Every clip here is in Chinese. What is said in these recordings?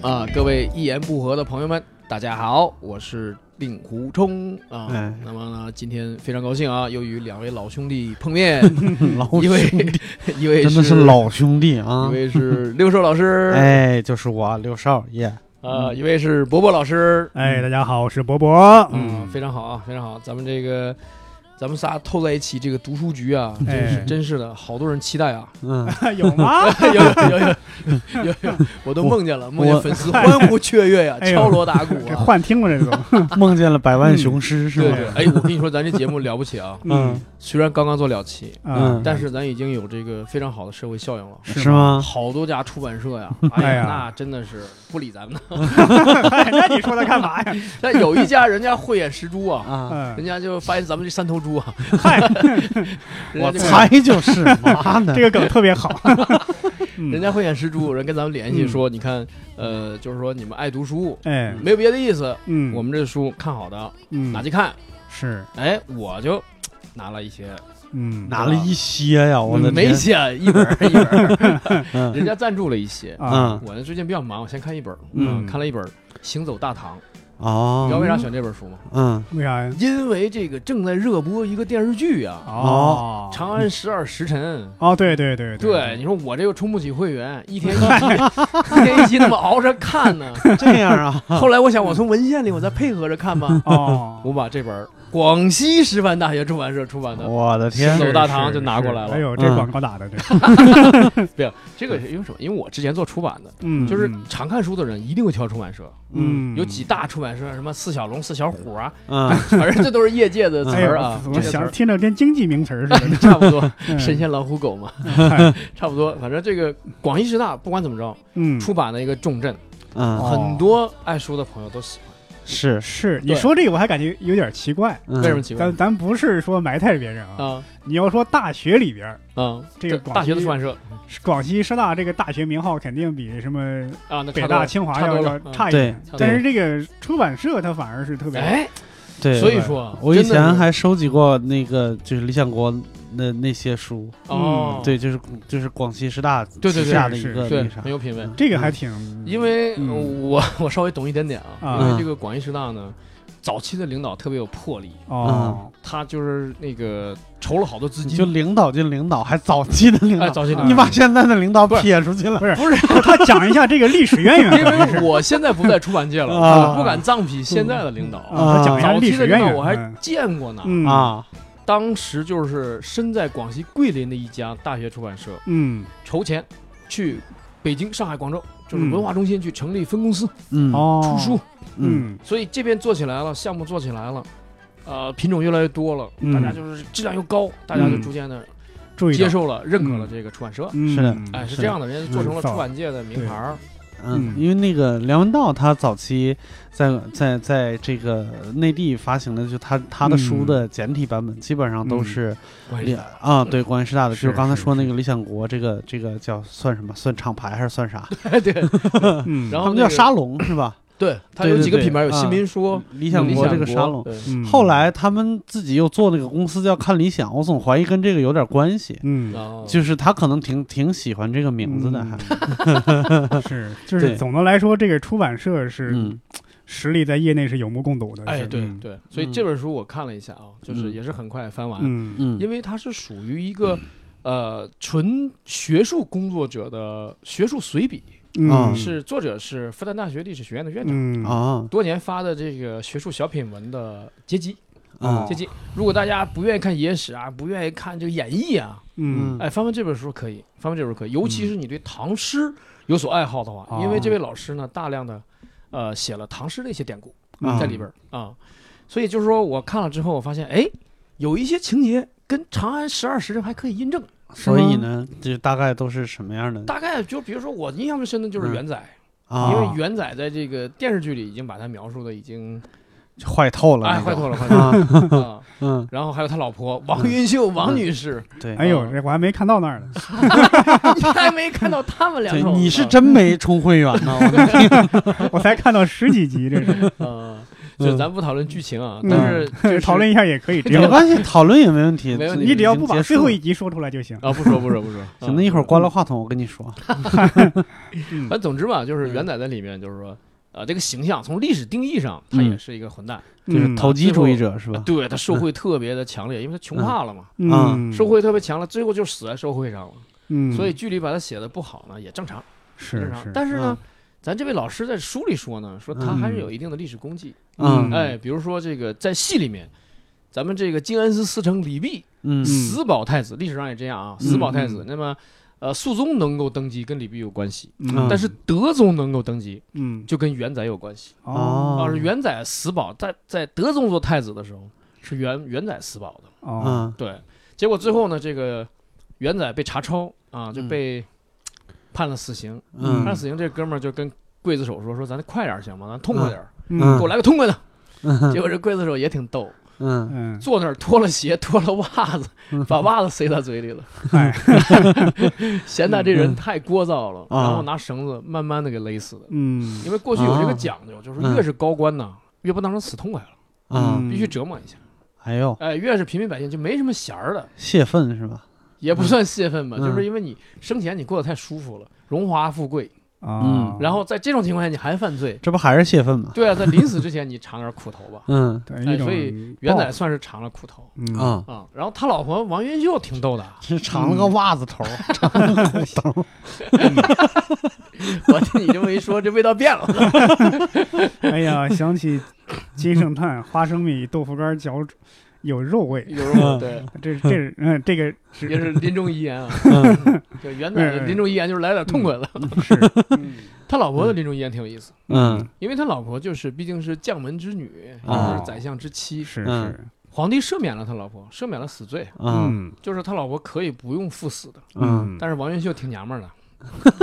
啊一言不合的朋友们，大家好，我是令狐冲啊。哎那么呢，今天非常高兴啊，又与两位老兄弟 碰面， 老一位 兄弟一位真的是是，老兄弟啊一！位是六兽老师，哎，就是我刘少 爷，啊，一位是伯伯老师，哎，大家好，我是博博。嗯，非常好啊，非常好，咱们这个。咱们仨凑在一起，这个读书局啊，真是哎真是的，好多人期待啊！嗯， 有吗？ 有有有有有有，我都梦见了，梦见我粉丝欢呼雀跃呀，哎呦敲锣打鼓这啊！幻听过这种。梦见了百万雄师是对吗？对，哎，我跟你说，咱这节目了不起啊！嗯虽然刚刚做两期，啊嗯，但是咱已经有这个非常好的社会效应了。是吗？好多家出版社呀，嗯 呀哎呀，那真的是不理咱们的。 那你说他干嘛呀？但有一家人家慧眼识珠啊，啊，嗯人，家就发现咱们这三头猪啊，嗨，人家我就猜就是，妈的这，个梗特 别好。人嗯人家慧眼识珠，人跟咱们嗯联系说，你看，呃，就是说你们爱读书，哎，没有别的意思，嗯，我们这书看好的嗯拿去看，是哎，我就。拿了一些，嗯拿了一些呀，我的嗯没天，些一本儿一本 儿，嗯人家赞助了一些。啊嗯我呢最近比较忙，我先看一本儿，嗯看了一本《行走大唐》，你知道哦，为啥选这本书吗？嗯为啥呀？嗯因为这个正在热播一个电视剧啊，哦《长安十二时辰》。嗯哦，对对对对，你说我这又充不起会员，一 天一集，一天一集那么熬着看呢。这样啊， 后来我想，我从文献里我再配合着看吧。哦， 我把这本儿广西师范大学出版社出版的，我的行天走，是大堂就是拿过来了哎呦，这嗯广告打的这，这个是因为什么？因为我之前做出版的，嗯，就是常看书的人一定会挑出版社，嗯，有几大出版社，什么四小龙、四小虎啊，嗯，反正这都是业界的词哎呦儿啊，这我我个词想儿听着跟经济名词儿似的 差不多。嗯。神仙老虎狗 嘛， 差不多。反正这个广西师大不管怎么着，嗯，出版的一个重镇，嗯，哦很多爱书的朋友都喜欢。是，嗯是你对说这个，我还感觉有点奇怪。为为什么？奇怪咱咱不是说埋汰别人啊，啊？你要说大学里边儿，啊，这个广西大学的出版社广西师大这个大学名号肯定比什么啊，那北差多大、了清华差要多了要嗯差一对点，差不多但是这个出版社它反而是特别，哎，对，所以说啊我以真的前是还收集过那个就是理想国那那些书，哦，嗯对，就是就是广西师大对对旗对下的一是个对那，啥很，有品嗯位。这个还挺，因为嗯呃我 我稍微懂一点点啊，啊因为这个广西师大呢，早期的领导特别有魄力，哦，他就是那个筹了好多资你就金，领导就领导，还早期的领哎，导，早期的啊你把现在的领导不是撇出去了不是不是，嗯哦他讲一下这个历史渊源因吧，为我现在不在出版界了， 啊我不敢藏匹现在的领导。啊嗯他讲一下早历期的史领渊导源，我还嗯见过呢，嗯，啊！当时就是身在广西桂林的一家大学出版社嗯，筹钱，去北京、上海、广州，就是嗯文化中心去成立分公司、嗯，哦，出书，，嗯，嗯，所以这边做起来了，项目做起来了，呃，品种越来越多了，嗯大家就是质量又高，大家就逐渐的注意到接，受了、认可了这个出版社。嗯是的哎，是是这样的，人家做成了出版界的名牌儿。嗯嗯，因为那个梁文道他早期在在在这个内地发行的，就他他的书的简体版本基本上都是关理系啊，对，关于师大的，就是是刚才说那是个理想国，这个这个叫算什么？算厂牌还是算啥？ 对，嗯，然他后们那叫个沙龙是吧？对，它对有对几个对品牌，有啊新民说、理有想理国想这个沙国，。龙对嗯后，来他们自己又做那个公司叫看理想，我总怀疑跟这个有点关系。嗯，然后就是他可能挺挺喜欢这个名字的，嗯还还嗯 是，就对是总的来说，这个出版社是嗯实力在业内是有目共睹的，哎，是对，对，所以这嗯本书我看了一下啊，就是嗯也是很快翻完，嗯嗯，因为它是属于一个呃纯学术工作者的学术随笔，啊嗯，是作者是复旦大学历史学院的院长，嗯啊多年发的这个学术小品文的结集啊结集。如果大家不愿意看野史啊，不愿意看这个演义啊，嗯哎，翻翻这本书可以，翻翻这本书可以，尤其是你对唐诗有所爱好的话，哦因为这位老师呢大量的呃写了唐诗的一些典故。啊嗯在里边儿啊、所以就是说我看了之后，我发现哎，有一些情节跟《长安十二时辰》还可以印证。所以呢，这大概都是什么样的大概就比如说我印象最深的就是元载，嗯啊？因为元载在这个电视剧里已经把他描述的已经坏透了，哎那坏种透了 坏透了。啊，啊嗯，然后还有他老婆王云秀王女士，对，哎呦，这我还没看到那儿呢。你还没看到他们两啊对口，子？啊你是真没充会 员呢，我的 我才看到十几集，这是 嗯，就咱不讨论剧情啊，嗯但是就是 讨论一下也可以，只没要关系，讨论也没问题，没问题你只要不把最后一一集说出来就行。啊，不说不说不说，啊行，嗯那一会儿关了话筒，我跟你说，嗯反正总之吧，就是元仔在里面就是说，呃这个形象，从历史定义上，他也嗯是一个混蛋。嗯就是投机主义者是啊吧？对他受贿特别的强烈，因为他穷怕了嘛，啊嗯，受贿特别强了，最后就死在受贿上了。嗯，所以剧里把他写的不好呢，也正常，是正常。是，嗯但是呢，咱这位老师在书里说呢，说他还是有一定的历史功绩。嗯哎，比如说这个在戏里面，咱们这个靖安寺司丞李泌嗯死保太子，历史上也这样啊，死保太子。那么，呃，肃宗能够登基跟李泌有关系，嗯但是德宗能够登基嗯就跟元载有关系。啊，哦是元载死保，在在德宗做太子的时候是元元载死保的。哦嗯对，结果最后呢，这个元载被查抄啊，就被判了死刑。判了嗯死刑，这哥们儿就跟刽子手说：“说咱快点儿行吗？咱痛快点儿，嗯给我来个痛快的。嗯结果这刽子手也挺逗，嗯嗯，坐那儿脱了鞋，脱了袜子，嗯把袜子塞他嘴 里了，哎，嫌他这人太聒噪了，嗯然后拿绳子慢慢的给勒死的。嗯，因为过去有这个啊讲究，就是嗯越是高官呢，越不当成死痛快了，啊，嗯必须折磨一下。还有哎，越是平民百姓就没什么弦儿的，泄愤是吧？也不算泄愤吧，嗯就是因为你生前你过得太舒服了，荣华富贵，啊，嗯然后在这种情况下你还犯罪，这不还是泄愤吗？对啊，在临死之前你尝点苦头吧。嗯对哎一种元哦载算是尝了苦头啊，啊，啊、然后他老婆王云秀挺逗的，这 长了嗯个袜子头， 长了个裤头，我听你这么一说，这味道变了。哎呀，想起 金圣叹花生米豆腐干嚼有肉味，有时候对，这这是嗯这个也是是临终遗言啊，就元载的临终遗言就是来点痛快的。 是他老婆的临终遗言挺有意思，嗯因为他老婆就是毕竟是将门之女，哦也是宰相之妻，是是，皇帝赦免了他老婆，赦免了死罪，嗯就是他老婆可以不用赴死的。嗯，但是王云秀挺娘们儿的，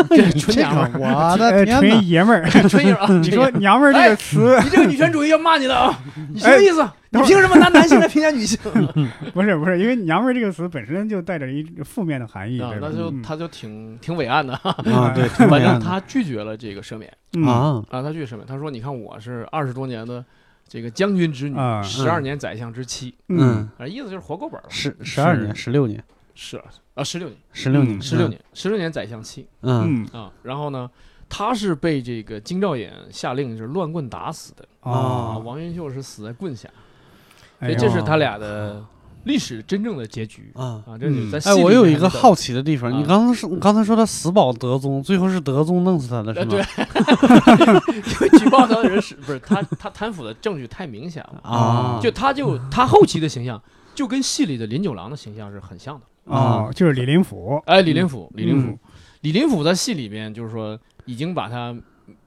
这纯这娘们个儿，我的哎，天纯哪，爷们儿， 纯硬啊！你这说个“娘们儿”这个词，你这个女权主义要骂你的啊！你什么意思？你等会凭儿什么拿男性来评价女性？不是不是，因为“娘们儿”这个词本身就带着一负面的含义，啊对，吧那就嗯他就挺挺伟岸的，啊，对，挺嗯反伟正岸的他拒绝了这个赦免嗯啊，啊，他拒绝赦免。他说：“你看我是二十多年的这个将军之女，啊十二年宰相之妻，嗯，啊，意思就是活够本了。十十二年，十六年，是啊，十六年，十六年，十六，年，十六年宰相妻嗯嗯啊。然后呢，他是被这个京兆尹下令是乱棍打死的啊。哦，王云秀是死在棍下，哎所以呦这是他俩的历史真正的结局啊。啊。这嗯是在戏哎，里我面有还一是个在好奇的地方，啊你刚刚说，你刚才说他死保德宗，最后是德宗弄死他的是呃，吗？对， 因为举报他的人是不是他他贪腐的证据太明显了啊就他就他后期的形象就跟戏里的林九郎的形象是很嗯像的。哦，就是李林甫，哎，李林甫，李林甫嗯，李林甫在戏里边就是说已经把他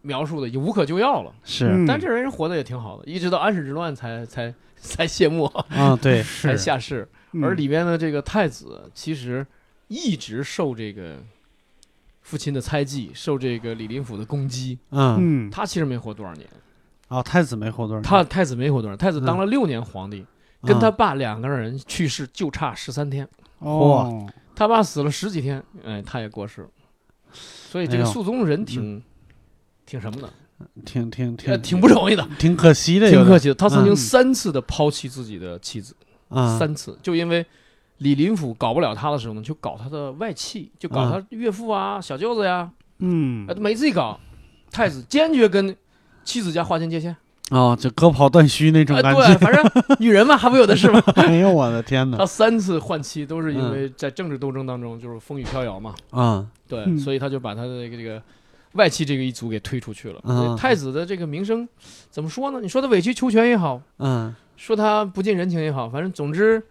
描述的已经无可救药了，是嗯但这人活得也挺好的，一直到安史之乱才才才谢幕，啊， 对，才是下世。嗯而里边的这个太子其实一直受这个父亲的猜忌，受这个李林甫的攻击，嗯，嗯，他其实没活多少年。哦，太子没后盾，他太子没活多少，太子嗯当了六年皇帝，啊跟他爸两个人去世就差十三天，哦，他爸死了十几天，哎，他也过世了，所以这哎个呦肃宗人嗯挺、挺什么的，嗯挺挺呃，挺挺不容易的，挺可惜的，挺可惜惜的。他曾经嗯三次的抛弃自己的妻子，啊，三次，就因为。李林甫搞不了他的时候呢，就搞他的外戚，就搞他岳父啊、小舅子呀、嗯呃，没自己搞。太子坚决跟妻子家划清界限，啊，就割袍断须那种哎，感对，觉。反正女人嘛，还不有的是 嘛。哎呦我的天 哪他！三次换妻都是因为在政治斗争当中就是风雨飘摇嘛，啊，对，嗯所以他就把他的这个这个外戚这个一族给推出去了。嗯所以太子的这个名声怎么说呢？你说他委曲求全也好，嗯说他不近人情也好，反正总之，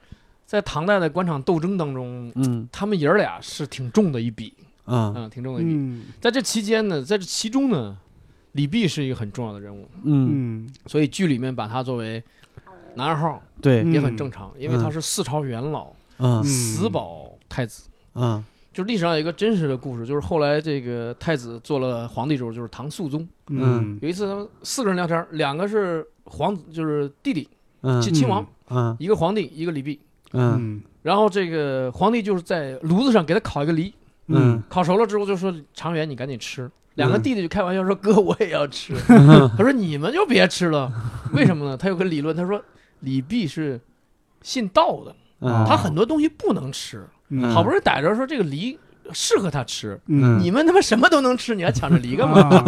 在唐代的官场斗争当中，嗯他们爷儿俩是挺重的一笔，啊嗯，挺重的一笔。嗯在这期间呢，在这其中呢，李泌是一个很重要的人物，嗯，嗯，所以剧里面把他作为男二号对，也很正常，因为嗯他是四朝元老、嗯死保太子。嗯就历史上有一个真实的故事，就是后来这个太子做了皇帝之后，就是唐肃宗。嗯，有一次，他们四个人聊天，两个是皇子，就是弟弟，嗯亲嗯亲王，嗯一个皇帝，一个李泌。嗯嗯然后这个皇帝就是在炉子上给他烤一个梨，嗯烤熟了之后就说：“常远，你赶紧吃。”两个弟弟就开玩笑说：“哥，我也要 吃。”他说：“你们就别吃了，为什么呢？”他有个理论，他说李泌是信道的，嗯，他很多东西不能吃。嗯好不容易逮着说这个梨适合他吃。嗯你们他妈什么都能吃，你还抢着梨干嘛？嘛？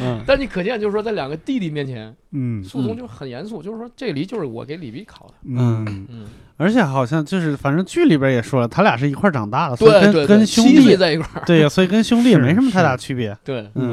嗯 但你可见就是说，在两个弟弟面前，嗯素童就很严肃，就是说这梨就是我给李碧烤的。嗯，嗯，而且好像就是，反正剧里边也说了，他俩是一块儿长大的，所以对跟对，跟对兄七岁弟，在一块儿，对呀，所以跟兄弟也是没什么太是大区别。对，嗯嗯，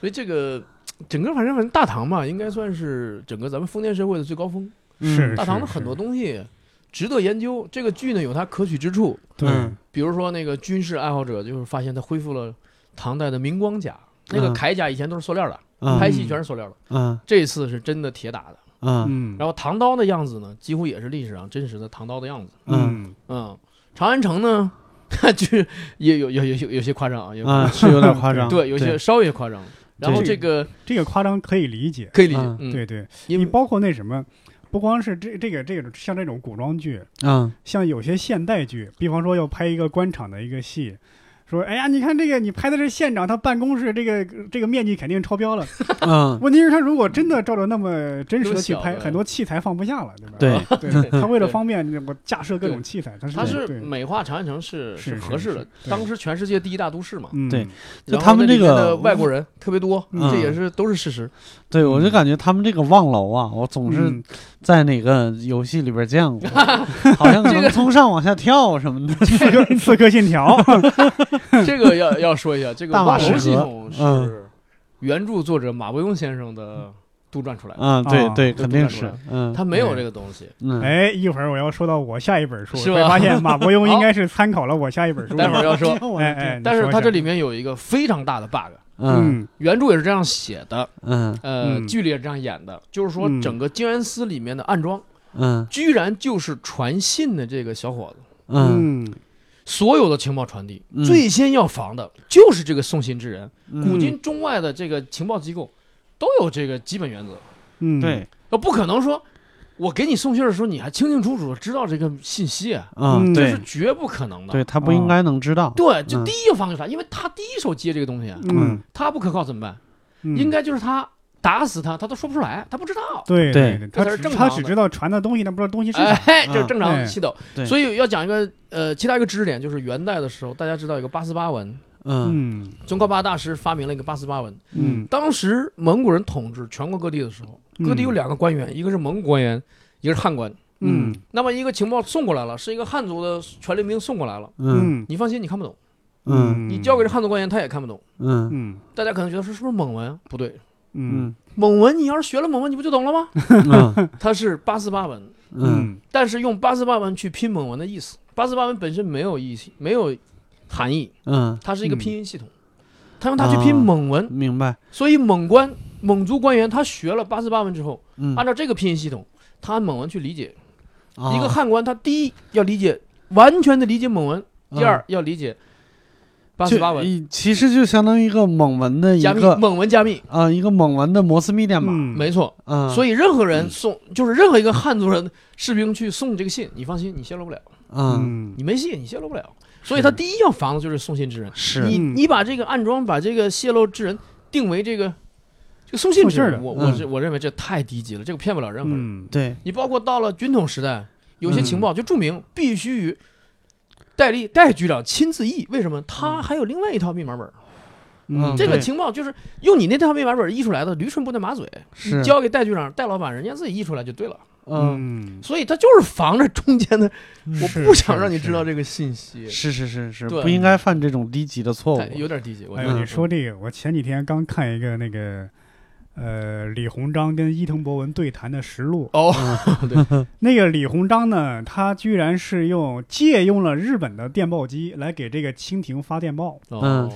所以这个整个反正反正大唐吧，应该算是整个咱们封建社会的最高峰。是大唐的很多东西值得研究，这个剧呢有它可取之处，对，嗯比如说那个军事爱好者就是发现它恢复了唐代的明光甲，那个嗯铠甲以前都是塑料的，嗯拍戏全是塑料的，嗯这次是真的铁打的。嗯嗯，然后唐刀的样子呢，几乎也是历史上真实的唐刀的样子。嗯嗯，长安城呢， 就是也有有有有有些夸张啊，有、啊，是有点夸张。对，有些稍微夸张。然后这个这个夸张可以理解，可以理解嗯，嗯，对对，因你为包括那什么，不光是这这个这个像这种古装剧，嗯像有些现代剧，比方说要拍一个官场的一个戏，说哎呀，你看这个你拍的是县长，他办公室这个这个面积肯定超 标了。嗯问题是，他如果真的照着那么真实的去那么拍，小很多器材放不下了，对吧？对 对，他为了对方便我架设各种器材，他是它是对美化长安城是是合适的是是，对当时全世界第一大都市嘛。嗯对就然后他们那这里面个的外国人特别多，嗯这也是都是事实。对，我就感觉他们这个望楼啊，我总是嗯在哪个游戏里边见 过，好像这能个从上往下跳什么的。刺客刺客 信条，这个要要说一下，这个大马网士楼革系统嗯是原著作者马伯庸先生的杜撰出来的，嗯，对啊对，都肯都定看出是来了。嗯，他没有这个东西。嗯哎，一会儿我要说到我下一本书，是会吧发现马伯 庸应该是参考了我下一本书。待会儿要说， 哎哎，但是它这里，里面有一个非常大的 bug，嗯嗯原著也是这样写的，嗯呃，嗯剧里也是这样演的，就是说嗯整个静安寺里面的暗桩，嗯居然就是传信的这个小伙子，嗯所有的情报传递嗯最先要防的就是这个送信之人。嗯，古今中外的这个情报机构都有这个基本原则，嗯，对那不可能说我给你送信儿的时候你还清清楚楚知道这个信息啊，啊嗯这对是绝不可能的。对，哦他不应该能知道。对，就嗯第一个防就是他，因为他第一手接这个东西，啊嗯，他不可靠怎么办？嗯应该就是他打死他，他都说不出来，他不知道。对对他这才只是正他常只的知道传的东西，但不知道东西是啥。哎，嗯这是正常哎的系统。对所以要讲一个呃，其他一个知识点，就是元代的时候，大家知道有个八思巴文，嗯嗯宗喀巴大师发明了一个八思巴文。嗯嗯当时蒙古人统治全国各地的时候，各地有嗯两个官员，一个是蒙古官员，一个是汉官。嗯那么一个情报送过来了，是一个汉族的权力兵送过来了，嗯你放心，你看不懂，嗯你交给这汉族官员他也看不懂。嗯嗯大家可能觉得说是不是蒙文？啊不对，嗯嗯蒙文你要是学了蒙文，你不就懂了吗？ 嗯它是八思巴文，嗯但是用八思巴文去拼蒙文的意思，八思巴文本身没有意思，没有含义，嗯，它是一个嗯拼音系统，他用它去拼蒙文，明白。所以蒙官、蒙族官员他学了八思巴文之后，嗯，按照这个拼音系统，他按蒙文去理解。啊啊一个汉官，他第一要理解完全的理解蒙文，第二要理解八就思巴文嗯一其实就相当于一个蒙文的一加密个蒙文加密，啊，一个蒙文的摩斯密电码。没错。嗯，所以以任何人送，就是任何一个汉族人士兵去送这个信，你放心，你泄露不了，嗯你没信，你泄露不了。所以他第一要防的就是送信之人。是你嗯你把这个暗装，把这个泄露之人定为这个这个送信之送信儿人，的我我嗯是我认为这太低级了，这个骗不了任何人。嗯对你包括到了军统时代，有些情报就注明必须与戴笠戴局长亲自译，为什么？嗯他还有另外一套密码本儿，嗯这个对情报就是用你那套密码本儿译出来的，驴唇不对马嘴。嗯是交给戴局长、戴老板，人家自己译出来就对了。嗯所以他就是防着中间的，嗯我是不想是让你知是道这个信息，是是是是，对不应该犯这种低级的错误太。有点低级。我哎觉呦，得你说这个，我前几天刚看一个那个，呃，李鸿章跟伊藤博文对谈的实录。哦，那个李鸿章呢，他居然是用借用了日本的电报机来给这个清廷发电报，哦，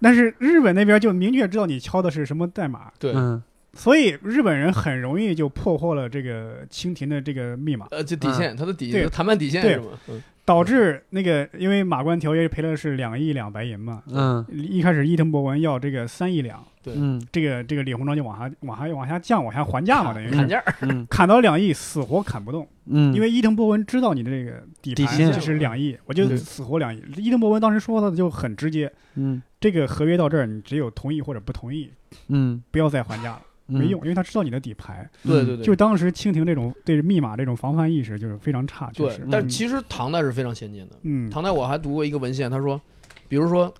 但是日本那边就明确知道你敲的是什么代码，对，嗯所以日本人很容易就破获了这个清廷的这个密码，呃，这底线，他的底嗯对线，谈判底线对是吗？嗯导致那个因为马关条约赔了是两亿两白银嘛，嗯一开始伊藤博文要这个三亿两， 嗯这个这个李鸿章就往下往下往下降，往下还价嘛，等于砍是价儿，嗯砍到两亿，死活砍不动，嗯，因为伊藤博文知道你的这个底底盘线就是两亿，我就嗯死活两亿。伊藤博文当时说的就很直接，嗯这个合约到这儿，你只有同意或者不同意，嗯不要再还价了，没用，因为他知道你的底牌。对对对，嗯就当时清廷这种对密码这种防范意识就是非常差，确对实。。但其实唐代是非常先进的。嗯，唐代我还读过一个文献，他说比如说，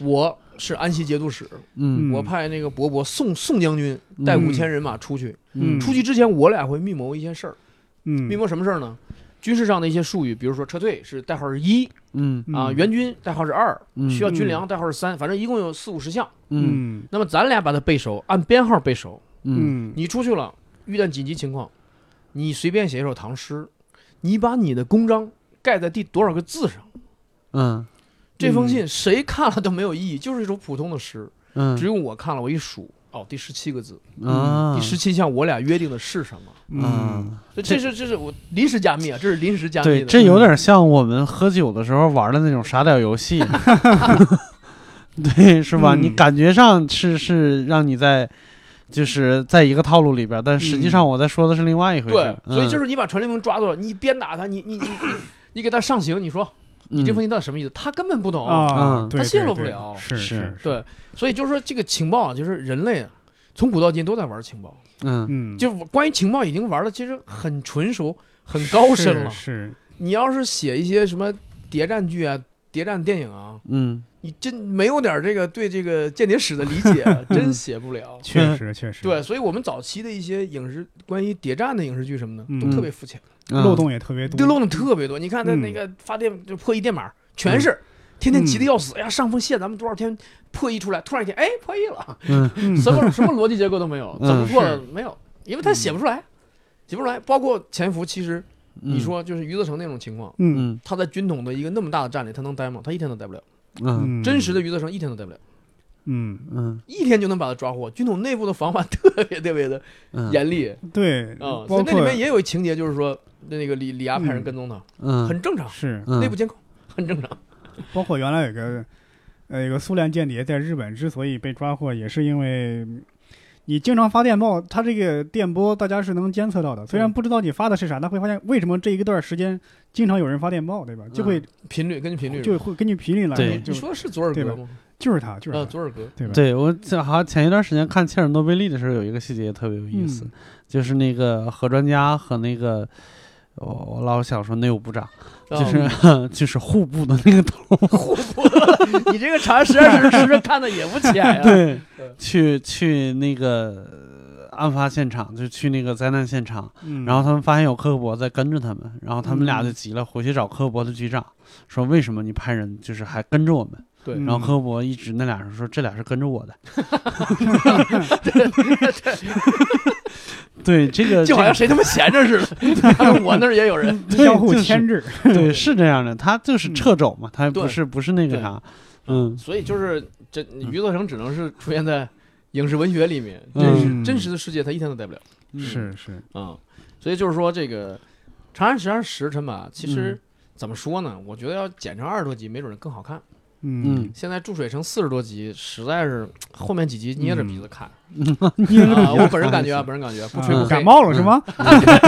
我是安西节度使，嗯嗯我派那个伯伯宋宋将军带嗯五千人马出去。嗯出去之前，我俩会密谋一些事儿。嗯密谋什么事儿呢？军事上的一些术语，比如说撤退是代号是一嗯啊，嗯援军代号是二，嗯需要军嗯粮代号是三，反正一共有四五十项。嗯嗯那么咱俩把它背熟，按编号背熟。嗯嗯你出去了，遇见紧急情况，你随便写一首唐诗，你把你的公章盖在第多少个字上？嗯这封嗯信谁看了都没有意义， 就是一首普通的诗。嗯，只有我看了，我一数，哦，第十七个字，啊第十七项我俩约定的是什么？嗯嗯，这这是这是我临时加密啊，这是临时加密对，的。这嗯有点像我们喝酒的时候玩的那种傻屌游戏， 对，是吧？嗯你感觉上是是让你在。就是在一个套路里边，但实嗯际上我在说的是另外一回事。嗯对，所以就是是你把传令兵抓住了，你鞭打他，你 你你你你给他上刑，你说你这封信到底什么意思？他根本不懂。啊，嗯对他泄对露不对了是是对，所以就是说这个情报啊，就是人类啊，从古到今都在玩情报，嗯嗯，就关于情报已经玩的其实很纯熟、很高深了。嗯是你要是写一些什么谍战剧啊、谍战电影啊，嗯你真没有点这个对这个间谍史的理解 啊，真写不了。是确实确实对，，所以我们早期的一些影视关于谍战的影视剧什么的，都嗯特别肤浅，嗯，漏洞也特别多，对漏洞特别多。你看他嗯那个发电就破译电码，全是天天急得要死，哎呀，上封卸咱们多少天破译出来，突然一天哎破译了，嗯嗯什么什么逻辑结构都没有，嗯怎么破的是嗯没有，因为他写不出来，写不出来。包括潜伏，其实嗯你说就是余则成那种情况，嗯嗯他在军统的一个那么大的站里，他能待吗？他一天都待不了。嗯嗯，真实的余则成一天都待不了。嗯嗯一天就能把他抓获。军统内部的防范特别特别的嗯，严厉对，啊，所包以那里括面也有一情节，就是说那个李李涯派人跟踪他，嗯很正常，是嗯内部监控很正常。包括原来有个呃有个苏联间谍在日本之所以被抓获，也是因为。你经常发电报，它这个电波大家是能监测到的。虽然嗯不知道你发的是啥，但会发现为什么这一段时间经常有人发电报，对吧？就会频率根据频率，就会根据频率来，对你就说的是左耳哥吗？就是他，就是啊，他，左耳哥，对吧？嗯对我这好像前一段时间看《切尔诺贝利》的时候，有一个细节特别有意思，嗯就是那个核专家和那个我我老想说内务部长，啊就是就是 户部的那个头儿，互 补。你这个长十二时时看的也不浅 呀。对对，去去那个呃案发现场，就去那个灾难现场，嗯， 然后他们发现有克格勃在跟着他们，然后他们俩嗯就急了，回去找克格勃的局长，说为什么你派人就是还跟着我们？对嗯然后克格勃一直那俩人说这俩是跟着我的，对 这个 就好像这谁他妈闲着似 的，我那儿也有人。对相互就是牵制，个对是这样的，他就是嗯掣肘嘛，他对不是不是那个对啥，嗯所以就是这余则成只能是出现在影视文学里面，嗯真实真实的世界他一天都待不了。是是，啊、所以就是说这个《长安十二时辰》吧，其实嗯怎么说呢？我觉得要剪成二十多集，没准更好看。嗯嗯，现在注水成四十多集，实在是后面几集捏着鼻子看、嗯 捏着啊！鼻我子本人感觉啊，本人感觉不吹啊不黑，感冒了是吗？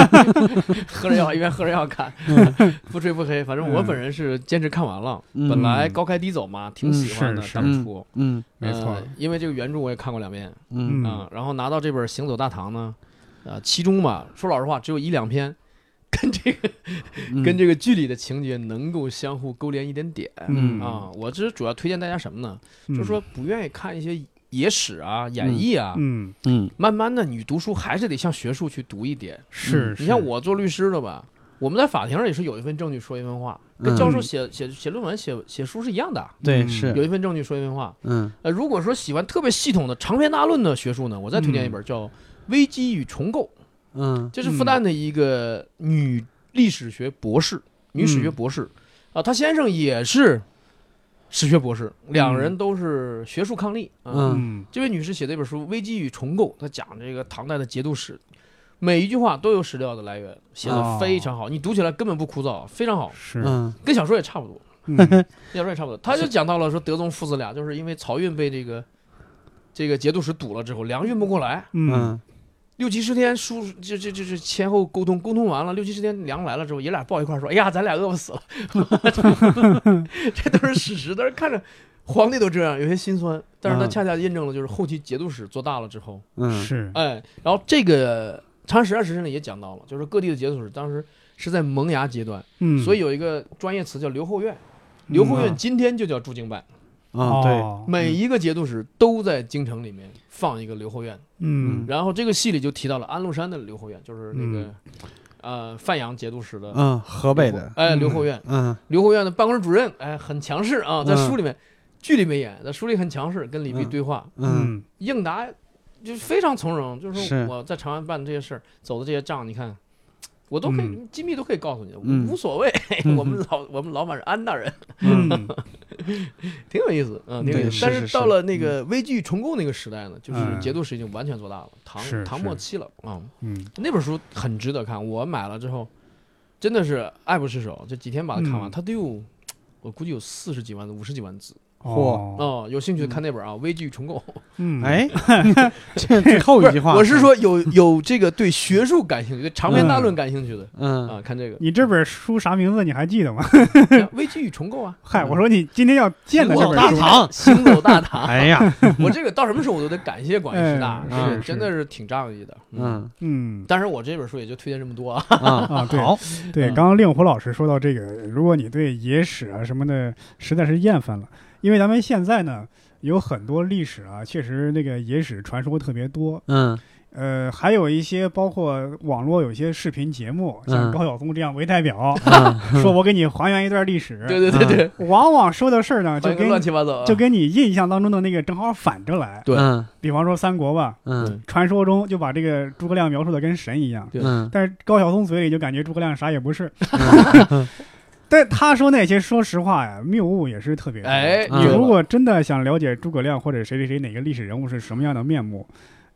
喝着药一边喝着药看，嗯 不吹不黑。反正我本人是坚持看完了，嗯本来高开低走嘛，挺喜欢的。嗯是是当初、嗯没错呃，因为这个原著我也看过两遍嗯啊、嗯然后拿到这本《行走大唐》呢，呃，其中吧，说老实话，只有一两篇跟这个。嗯跟这个剧里的情节能够相互勾连一点点。嗯啊，我这主要推荐大家什么呢？嗯就是说，不愿意看一些野史啊、演义啊，嗯，嗯慢慢的你读书还是得向学术去读一点。是，你像是，我做律师的吧，我们在法庭上也是有一份证据说一份话，跟嗯教授写写写论文、写写书是一样的，对嗯是有一份证据说一份话。嗯呃，如果说喜欢特别系统的长篇大论的学术呢，我再推荐一本叫《危机与重构》，嗯这是复旦的一个女历史学博士，女史学嗯博士，啊，她先生也是史学博士，两人都是学术伉俪啊。嗯嗯这位女士写的一本书《危机与重构》，她讲这个唐代的节度使，每一句话都有史料的来源，写的非常啊好，你读起来根本不枯燥，非常好，是，嗯跟小说也差不多，嗯跟小说也差不多。她就讲到了说德宗父子俩就是因为漕运被这个这个节度使堵了之后，粮运不过来，嗯嗯六七十天书就就就就前后沟通，沟通完了六七十天粮来了之后，爷俩抱一块儿说：“哎呀，咱俩饿不死了。” 这都是事实，但是看着皇帝都这样，有些心酸。但是他嗯恰恰印证了，就是后期节度使做大了之后，嗯是，哎，然后这个《长安十二时辰》里也讲到了，就是各地的节度使当时是在萌芽阶段，嗯，啊所以有一个专业词叫留后院，刘后院嗯今天就叫驻京办，啊，对，哦每一个节度使都在京城里面放一个刘后院。嗯然后这个戏里就提到了安禄山的刘后院，就是那个、呃范阳节度使的嗯，河北的，哎嗯刘后院，嗯刘后院的办公室主任哎很强势啊，在嗯书里面、剧里没演，在书里很强势，跟李泌嗯对话，嗯应答就非常从容，就是是说我在长安办的这些事儿，走的这些账，你看。我都可以、嗯机密都可以告诉你，嗯无所谓。嗯我们老我们老板是安大人，嗯嗯挺有意思，嗯，挺有对意思。是但是到是嗯了那个危剧重构那个时代呢，就是嗯节度使已经完全做大了，唐是唐是末期了啊、嗯嗯那本书很值得看，我买了之后，真的是爱不释手。这几天把它看完，嗯它得有，我估计有四十几万、五十几万字嚯哦。有兴趣看那本啊，《微剧重构》。嗯哎，这最后不一是句，话，我是，说有有这个对学术感兴趣、对长篇大论感兴趣的嗯，啊，看这个你这本书啥名字你还记得吗？ 《微剧与重构》啊，嗨，我说你今天要见的这我本大书，唐， 《行走大 唐》。哎呀，我这个到什么时候我都得感谢广西师大，哎是是真的是挺仗义的。，嗯嗯但是我这本书也就推荐这么多啊。啊，啊，对好，对，嗯刚刚令狐老师说到这个，如果你对野史啊什么的实在是厌烦了，因为咱们现在呢有很多历史啊，确实那个野史传说特别多，嗯呃，还有一些包括网络有一些视频节目，像嗯高晓松这样为代表，嗯说我给你还原一段历史，对对对对，往往说的事 儿呢嗯就反正跟乱七八糟啊。就跟你印象当中的那个正好反着来，对嗯比方说三国吧，嗯传说中就把这个诸葛亮描述的跟神一样，对嗯但是高晓松嘴里就感觉诸葛亮啥也不是。 嗯但他说那些，说实话呀，谬误也是特别多。哎，嗯你觉得如吧果真的想了解诸葛亮或者谁谁谁哪个历史人物是什么样的面目，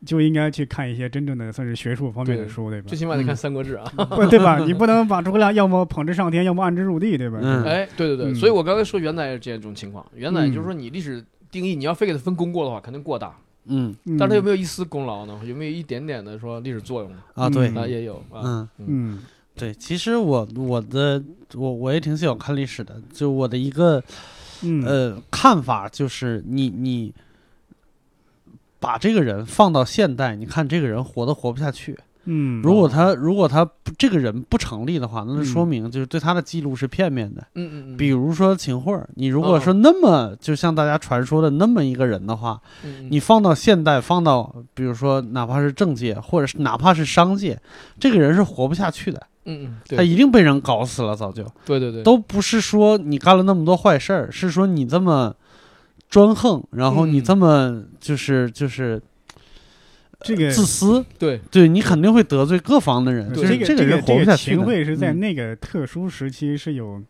就应该去看一些真正的算是学术方面的对书，对吧最？起码得嗯看《三国志》啊。不对 吧？你不能把诸葛亮要么捧之上天，要么按之入地，对吧？嗯哎，对对对，嗯所以我刚才说元载是这种情况，元载就是嗯说你历史定义，你要非给它分功过的话，肯定过大，嗯嗯哎但是它有没有一丝功劳呢？有没有一点点的说历史作用呢？啊，对，啊，也有啊，嗯。嗯对，其实我我的我我也挺喜欢看历史的，就我的一个嗯呃看法就是你你把这个人放到现代，你看这个人活都活不下去。嗯，如果他如果他不这个人不成立的话，那就嗯说明就是对他的记录是片面的。嗯嗯嗯，比如说秦桧儿，你如果嗯说那么就像大家传说的那么一个人的话，嗯你放到现代，放到比如说哪怕是政界或者是哪怕是商界，嗯这个人是活不下去的，嗯嗯，他对一定被人搞死了，早就。对对对，都不是说你干了那么多坏事儿，是说你这么专横，然后你嗯这么就是就是这个自私，对对你肯定会得罪各方的人。对就是这个个人个活这不下个去秦的。桧是在嗯那个特殊时期是有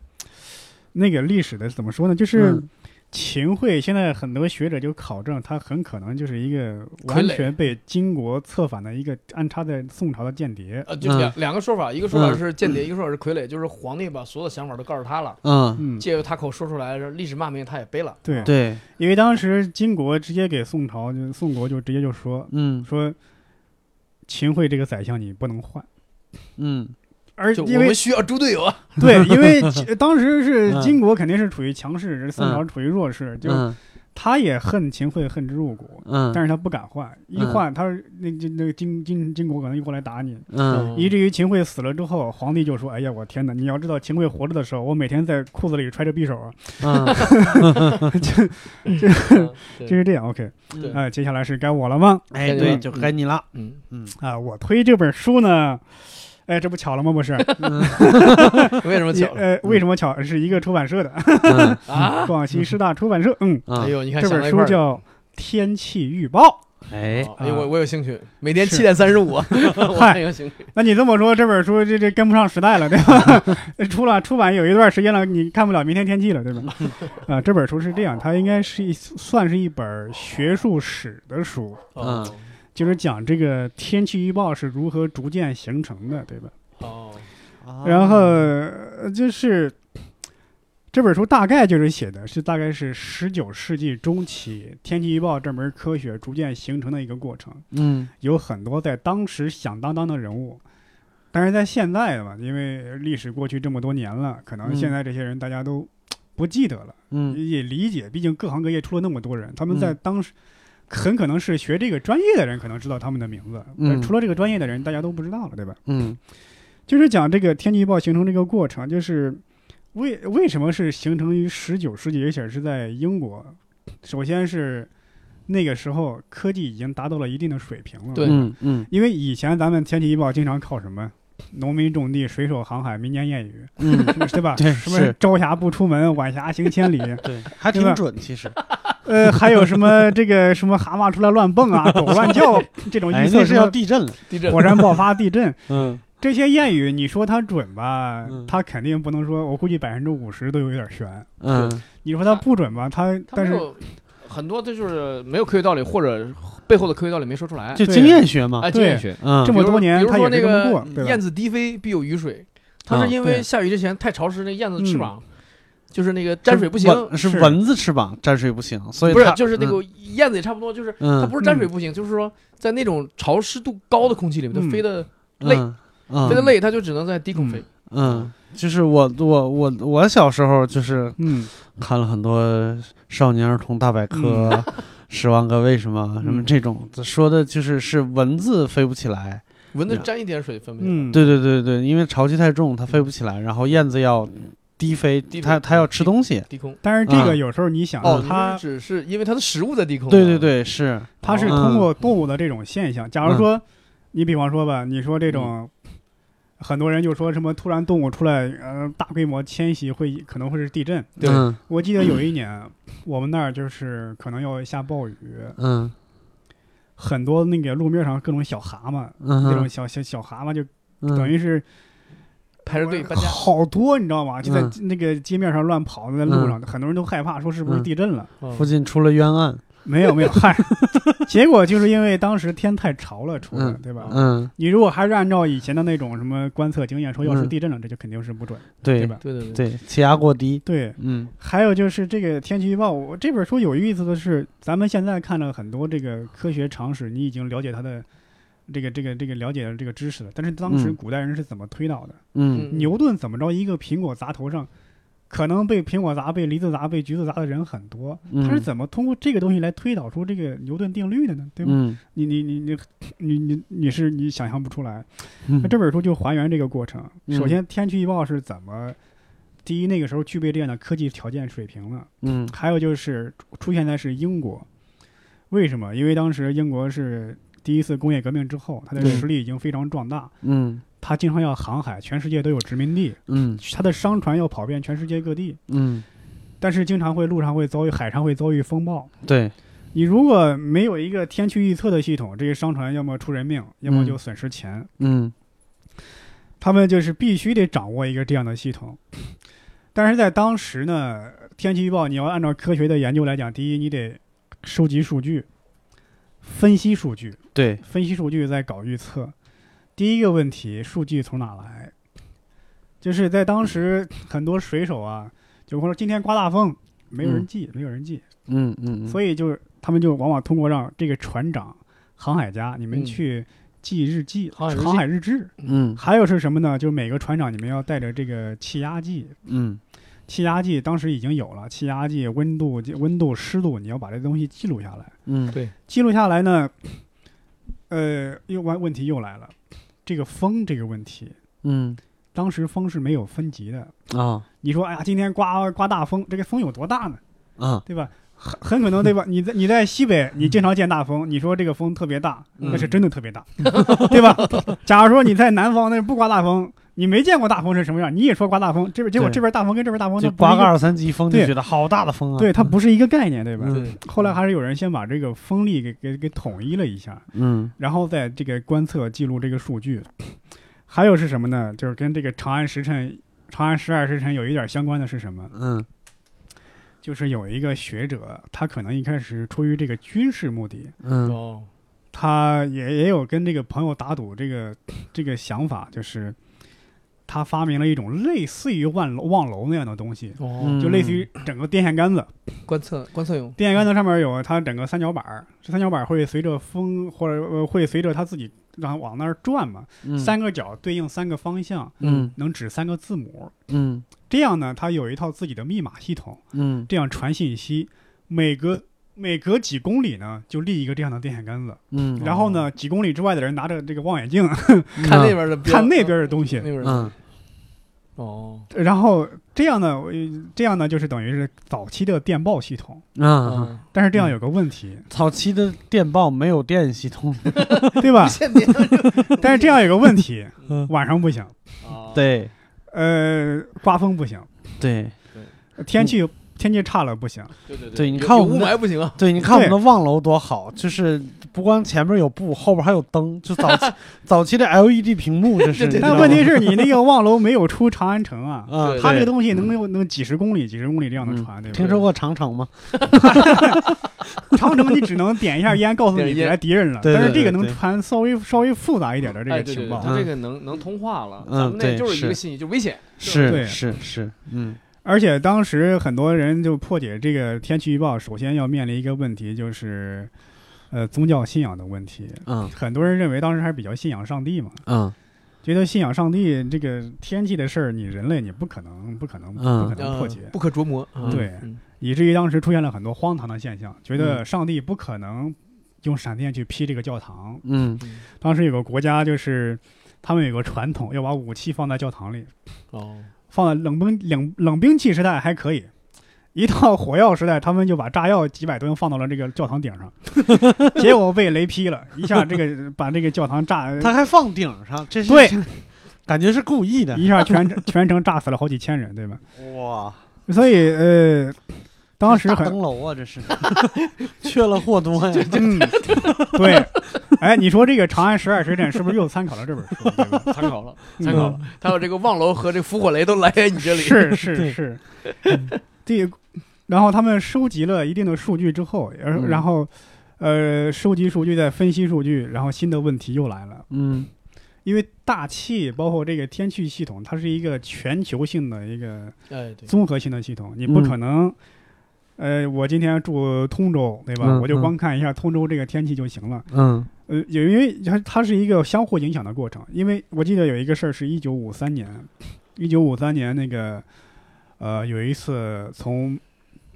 那个历史的，怎么说呢？就是嗯秦桧，现在很多学者就考证，他很可能就是一个傀完儡全被金国策反的一个安插在宋朝的间谍。呃，就嗯两两个说法，一个说法嗯是间谍，一个说法是傀儡，就是皇帝把所有的想法都告诉他了，嗯，嗯，借由他口说出来，历史骂名他也背了。对，对，因为当时金国直接给宋朝，就宋国就直接就说嗯说秦桧这个宰相你不能换，嗯而就因我为们需要猪队友 啊！对，因为 其当时是嗯金国肯定是处于强势，宋朝处于弱势，就嗯他也恨秦桧恨之入骨，嗯但是他不敢换，一嗯换他那那那个金金金国可能又过来打你，嗯以至于秦桧死了之后，皇帝就说：“哎呀，我天哪！你要知道秦桧活着的时候，我每天在裤子里揣着匕首啊，嗯，嗯对就是这样。”OK，对啊、接下来是该我了吗？哎，嗯对，就该你了。嗯，嗯，啊、我推这本书呢，哎，这不巧了吗？不是，为什么也巧嗯呃，为什么巧？是一个出版社的，嗯啊？广西师大出版社。嗯，啊哎，呦，你看这想本到一块书儿了叫《天气预报哎，哦哎，我啊我有兴趣，每天是七点三 十五，我嗨很有兴趣。》。那你这么说，这本书这这跟不上时代了，对吧？ 出了出版有一段时间了，你看不了明天天气了，对吧？啊、这本书是这样，它应该是一算是一本学术史的书。哦嗯就是讲这个天气预报是如何逐渐形成的，对吧？哦，啊然后呃就是这本书大概就是写的是大概是十九世纪中期天气预报这门科学逐渐形成的一个过程，嗯有很多在当时响当当的人物。但是在现在吧，因为历史过去这么多年了，可能嗯现在这些人大家都不记得了，嗯也理解。毕竟各行各业出了那么多人，他们在嗯当时很可能是学这个专业的人，可能知道他们的名字，嗯但除了这个专业的人，大家都不知道了，对吧？嗯就是讲这个天气预报形成这个过程，就是为为什么是形成于十九世纪，而且是在英国？首先是那个时候科技已经达到了一定的水平了。对嗯嗯因为以前咱们天气预报经常靠什么？农民种地、水手航海、民间谚语， 嗯，对吧？对什么是朝霞不出门，晚霞行 千里。对，还对吧挺准，其实。呃，还有什么这个什么蛤蟆出来乱 蹦啊，狗乱叫这种哎预，测那什是要么地震了。地震火山爆发、地震嗯，这些谚语，你说它准吧嗯，它肯定不能说，我估计百分之五十都有点悬。嗯，你说它不准吧，它他但没是有很多，这就是没有科学道理，或者背后的科学道理没说出来。就对经验学嘛啊，。经验对学，嗯这，么多年比如它说也那是这么个过，对吧燕？子低飞必有雨水，它啊是因为对下雨之前太潮湿，那燕子翅嗯膀就是那个沾水不行，蚊是是蚊子翅膀沾水不行，所以不是它就是那个燕子也差不多，就是它嗯不是沾水嗯不行，就是说在那种潮湿度高的空气里面，它嗯飞的嗯累嗯飞的累，它就只能在低空飞。嗯，就是我我我我小时候就是嗯，看了很多《少年儿童大百科》十万个为什么》什么嗯这种说的就是是蚊子飞不起来，蚊子沾一点水分不清，嗯，对对对对，因为潮气太重它飞不起来，然后燕子要低飞，低飞它它要吃东西，低空。但是这啊个有时候你想哦，，它只是因为它的食物在低空。啊对对，对是，它是嗯通过动物的这种现象，假如说你比方说吧，你说嗯这种。很多人就说什么突然动物出来，呃，大规模迁徙会可能会是地震。对嗯我记得有一年，我们那儿就是可能要下暴雨，嗯很多那个路面上各种小蛤蟆，嗯那哼种小小小蛤蟆就嗯，等于是排着队搬家。好多，你知道吗？就在嗯那个街面上乱跑，在路上，很多人都害怕，说是不是嗯地震了？嗯附近出了冤案，没有没有，嗨， 结果就是因为当时天太潮了出的，对吧？嗯你如果还是按照以前的那种什么观测经验说，要是嗯地震了，这就肯定是不准，对对吧？对对对，对气压过低，对，嗯还有就是这个天气预报，我这本书有意思的是，咱们现在看了很多这个科学常识，你已经了解它的这个这个这个了解了这个知识了，但是当时嗯古代人是怎么推导的？嗯嗯牛顿怎么着一个苹果砸头上，可能被苹果砸、被梨子砸、被橘子砸的人很多，嗯他是怎么通过这个东西来推导出这个牛顿定律的呢？对吧？嗯你你你你你你你是你想象不出来。嗯那这本书就还原这个过程。嗯首先，天气预报是怎么？第一，那个时候具备这样的科技条件水平了。嗯还有就是出现在是英国，为什么？因为当时英国是第一次工业革命之后，它的对实力已经非常壮大，嗯它经常要航海，全世界都有殖民地，嗯它的商船要跑遍全世界各地，嗯但是经常会路上会遭遇海上会遭遇风暴。对你如果没有一个天气预测的系统，这些商船要么出人命，要么就损失钱。嗯他们就是必须得掌握一个这样的系统。但是在当时呢，天气预报你要按照科学的研究来讲，第一你得收集数据，分析数据，对分析数据再搞预测。第一个问题，数据从哪来？就是在当时很多水手啊，就说今天刮大风，没有人嗯记，没有人记，嗯嗯嗯所以就是他们就往往通过让这个船长、航海家你们嗯去记日记、航海日记航海日志。嗯还有是什么呢？就是每个船长你们要带着这个气压计，嗯气压计当时已经有了，气压计、温度、温度、湿度，你要把这东西记录下来。嗯对记录下来呢，呃，又问问题又来了，这个风这个问题，嗯当时风是没有分级的。啊你说，哎呀，今天刮刮大风，这个风有多大呢？啊对吧？很很可 能对吧？你在你在西北，你经常见大风，你说这个风特别大，嗯那是真的特 别大，对吧？假如说你在南方，那不刮大风，你没见过大风是什么样，你也说刮大风，这边结果对这边大风跟这边大风它就不是刮一个二三级风就对觉得好大的风啊！对，它不是一个概念，对吧？嗯对后来还是有人先把这个风力给给给统一了一下，嗯然后在这个观测记录这个数据。还有是什么呢？就是跟这个长安时辰、长安十二时辰有一点相关的是什么？嗯就是有一个学者，他可能一开始出于这个军事目的，嗯哦，他也也有跟这个朋友打赌，这个 这个想法就是，他发明了一种类似于望楼望楼那样的东西，哦嗯，就类似于整个电线杆子，观测观测用，电线杆子上面有它整个三角板儿，这三角板儿会随着风或者、呃、会随着它自己然后往那儿转嘛，嗯三个角对应三个方向，嗯能指三个字母，嗯这样呢，它有一套自己的密码系统，嗯这样传信息，每隔每隔几公里呢就立一个这样的电线杆子，嗯，然后呢几公里之外的人拿着这个望远镜。看那边的标，看那边的东西那，边的嗯哦，然后这样呢，我这样呢，就是等于是早期的电报系统。啊，但是这样有个问题，早期的电报没有电系统，对吧？现在但是这样有个问题，嗯晚上不行，啊对呃，刮风不行，对天气、天气差了不行。对对对对，你看有我有们雾的霾不行啊，对，你看我们的望楼多好，就是不光前面有布，后边还有灯，就早期早期的 LED 屏幕，这是。对对对但问 题是你那个望楼没有出长安城啊，啊，对嗯它这对个东西能有能几十公里、几十公里这样的嗯 传，对吧？听说过长城吗？长城你只能点一 下烟，告诉你点烟你来敌人了。对对但是这对个能对传稍微稍微复杂一点的这哎个对对情对，报，它这个能能通话了，嗯咱们那对就是一是个信息，就危险，是对是是，嗯而且当时很多人就破解这个天气预报，首先要面临一个问题，就是呃宗教信仰的问题。嗯很多人认为当时还是比较信仰上帝嘛，嗯觉得信仰上帝这个天气的事儿，你人类你不可能、不可能、嗯不可能破解，不可琢磨。啊对嗯以至于当时出现了很多荒唐的现象，觉嗯得上帝不可能用闪电去劈这个教堂。嗯嗯当时有个国家就是他们有个传统，要把武器放在教堂里，哦，放在冷兵冷冷兵器时代还可以，一到火药时代，他们就把炸药几百吨放到了这个教堂顶 上，结果被雷劈了，一下这个把这个教堂炸，他还放顶上，这是对，感觉是故意的。一下全城全城炸死了好几千人，对吧？哇，所以呃，当时大很灯笼啊，这是缺了货多呀。 嗯，对，哎，你说这个《长安十二时辰》是不是又参考了这本书？对吧？参 考了，参考了。还嗯有这个望楼和这伏火雷都来你这里，是是 对是，第，然后他们收集了一定的数据之后，然后嗯然后，呃，收集数据再分析数据，然后新的问题又来了，嗯因为大气包括这个天气系统，它是一个全球性的一个哎，对，综合性的系统，你不嗯可能。呃，我今天住通州，对吧？嗯我就嗯光看一下通州这个天气就行了。嗯呃，有因为它它是一个相互影响的过程，因为我记得有一个事儿是一九五三年，一九五三年那个，呃，有一次从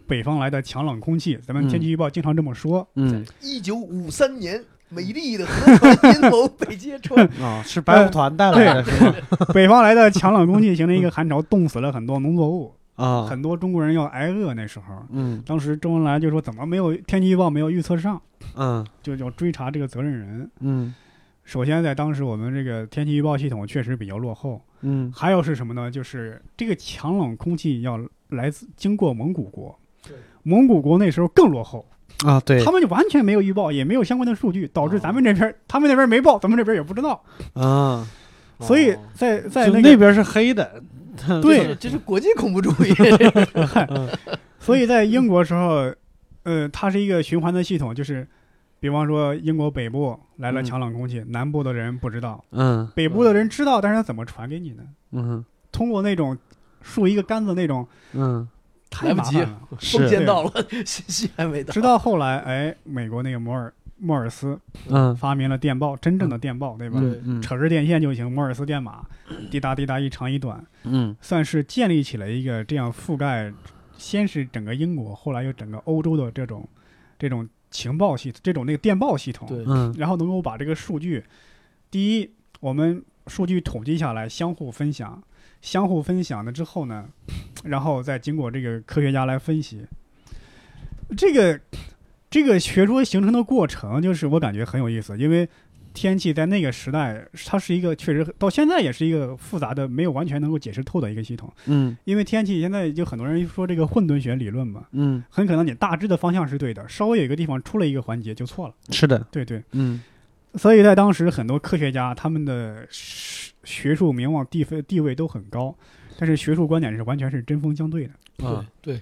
北方来的强冷空气，咱们天气预报经常这么说，嗯一九五三年，美丽的河川阴谋被揭穿。 啊，是白虎团带来的是 吗？北方来的强冷空气形成一个寒潮，冻死了很多农作物，啊， 很多中国人要挨饿。那时候，嗯当时周恩来就说怎么没有天气预报没有预测上，嗯就要追查这个责任人。嗯首先，在当时我们这个天气预报系统确实比较落后，嗯还有是什么呢？就是这个强冷空气要来自经过蒙古国对，蒙古国那时候更落后，啊，对他们就完全没有预报，也没有相关的数据，导致咱们这边、哦他们那边没报，咱们这边也不知道，啊，哦所以在在就那那个，边是黑的。对这是国际恐怖主义。所以在英国时候，呃，它是一个循环的系统，就是。比方说，英国北部来了嗯强冷空气，南部的人不知道，嗯北部的人知道，但是他怎么传给你呢？嗯通过那种竖一个杆子那种，嗯，太来不麻及烦了。封是建到了，信息还没到。 直到后来，哎，美国那个摩尔莫尔斯嗯发明了电报，真正的电报，对吧？嗯扯着电线就行，摩尔斯电码，滴答滴答，一长一短，嗯算是建立起了一个这样覆盖，先是整个英国，后来又整个欧洲的这种这种情报系统，这种那个电报系统，对嗯然后能够把这个数据，第一，我们数据统计下来，相互分享，相互分享了之后呢，然后再经过这个科学家来分析，这个这个学说形成的过程，就是我感觉很有意思，因为天气在那个时代，它是一个确实到现在也是一个复杂的，没有完全能够解释透的一个系统，嗯因为天气现在就很多人说这个混沌学理论嘛。嗯，很可能你大致的方向是对的，稍微有一个地方出了一个环节就错了。是的，对对，嗯所以在当时，很多科学家他们的学学术名望、地位地位都很高，但是学术观点是完全是针锋相对的。啊，对，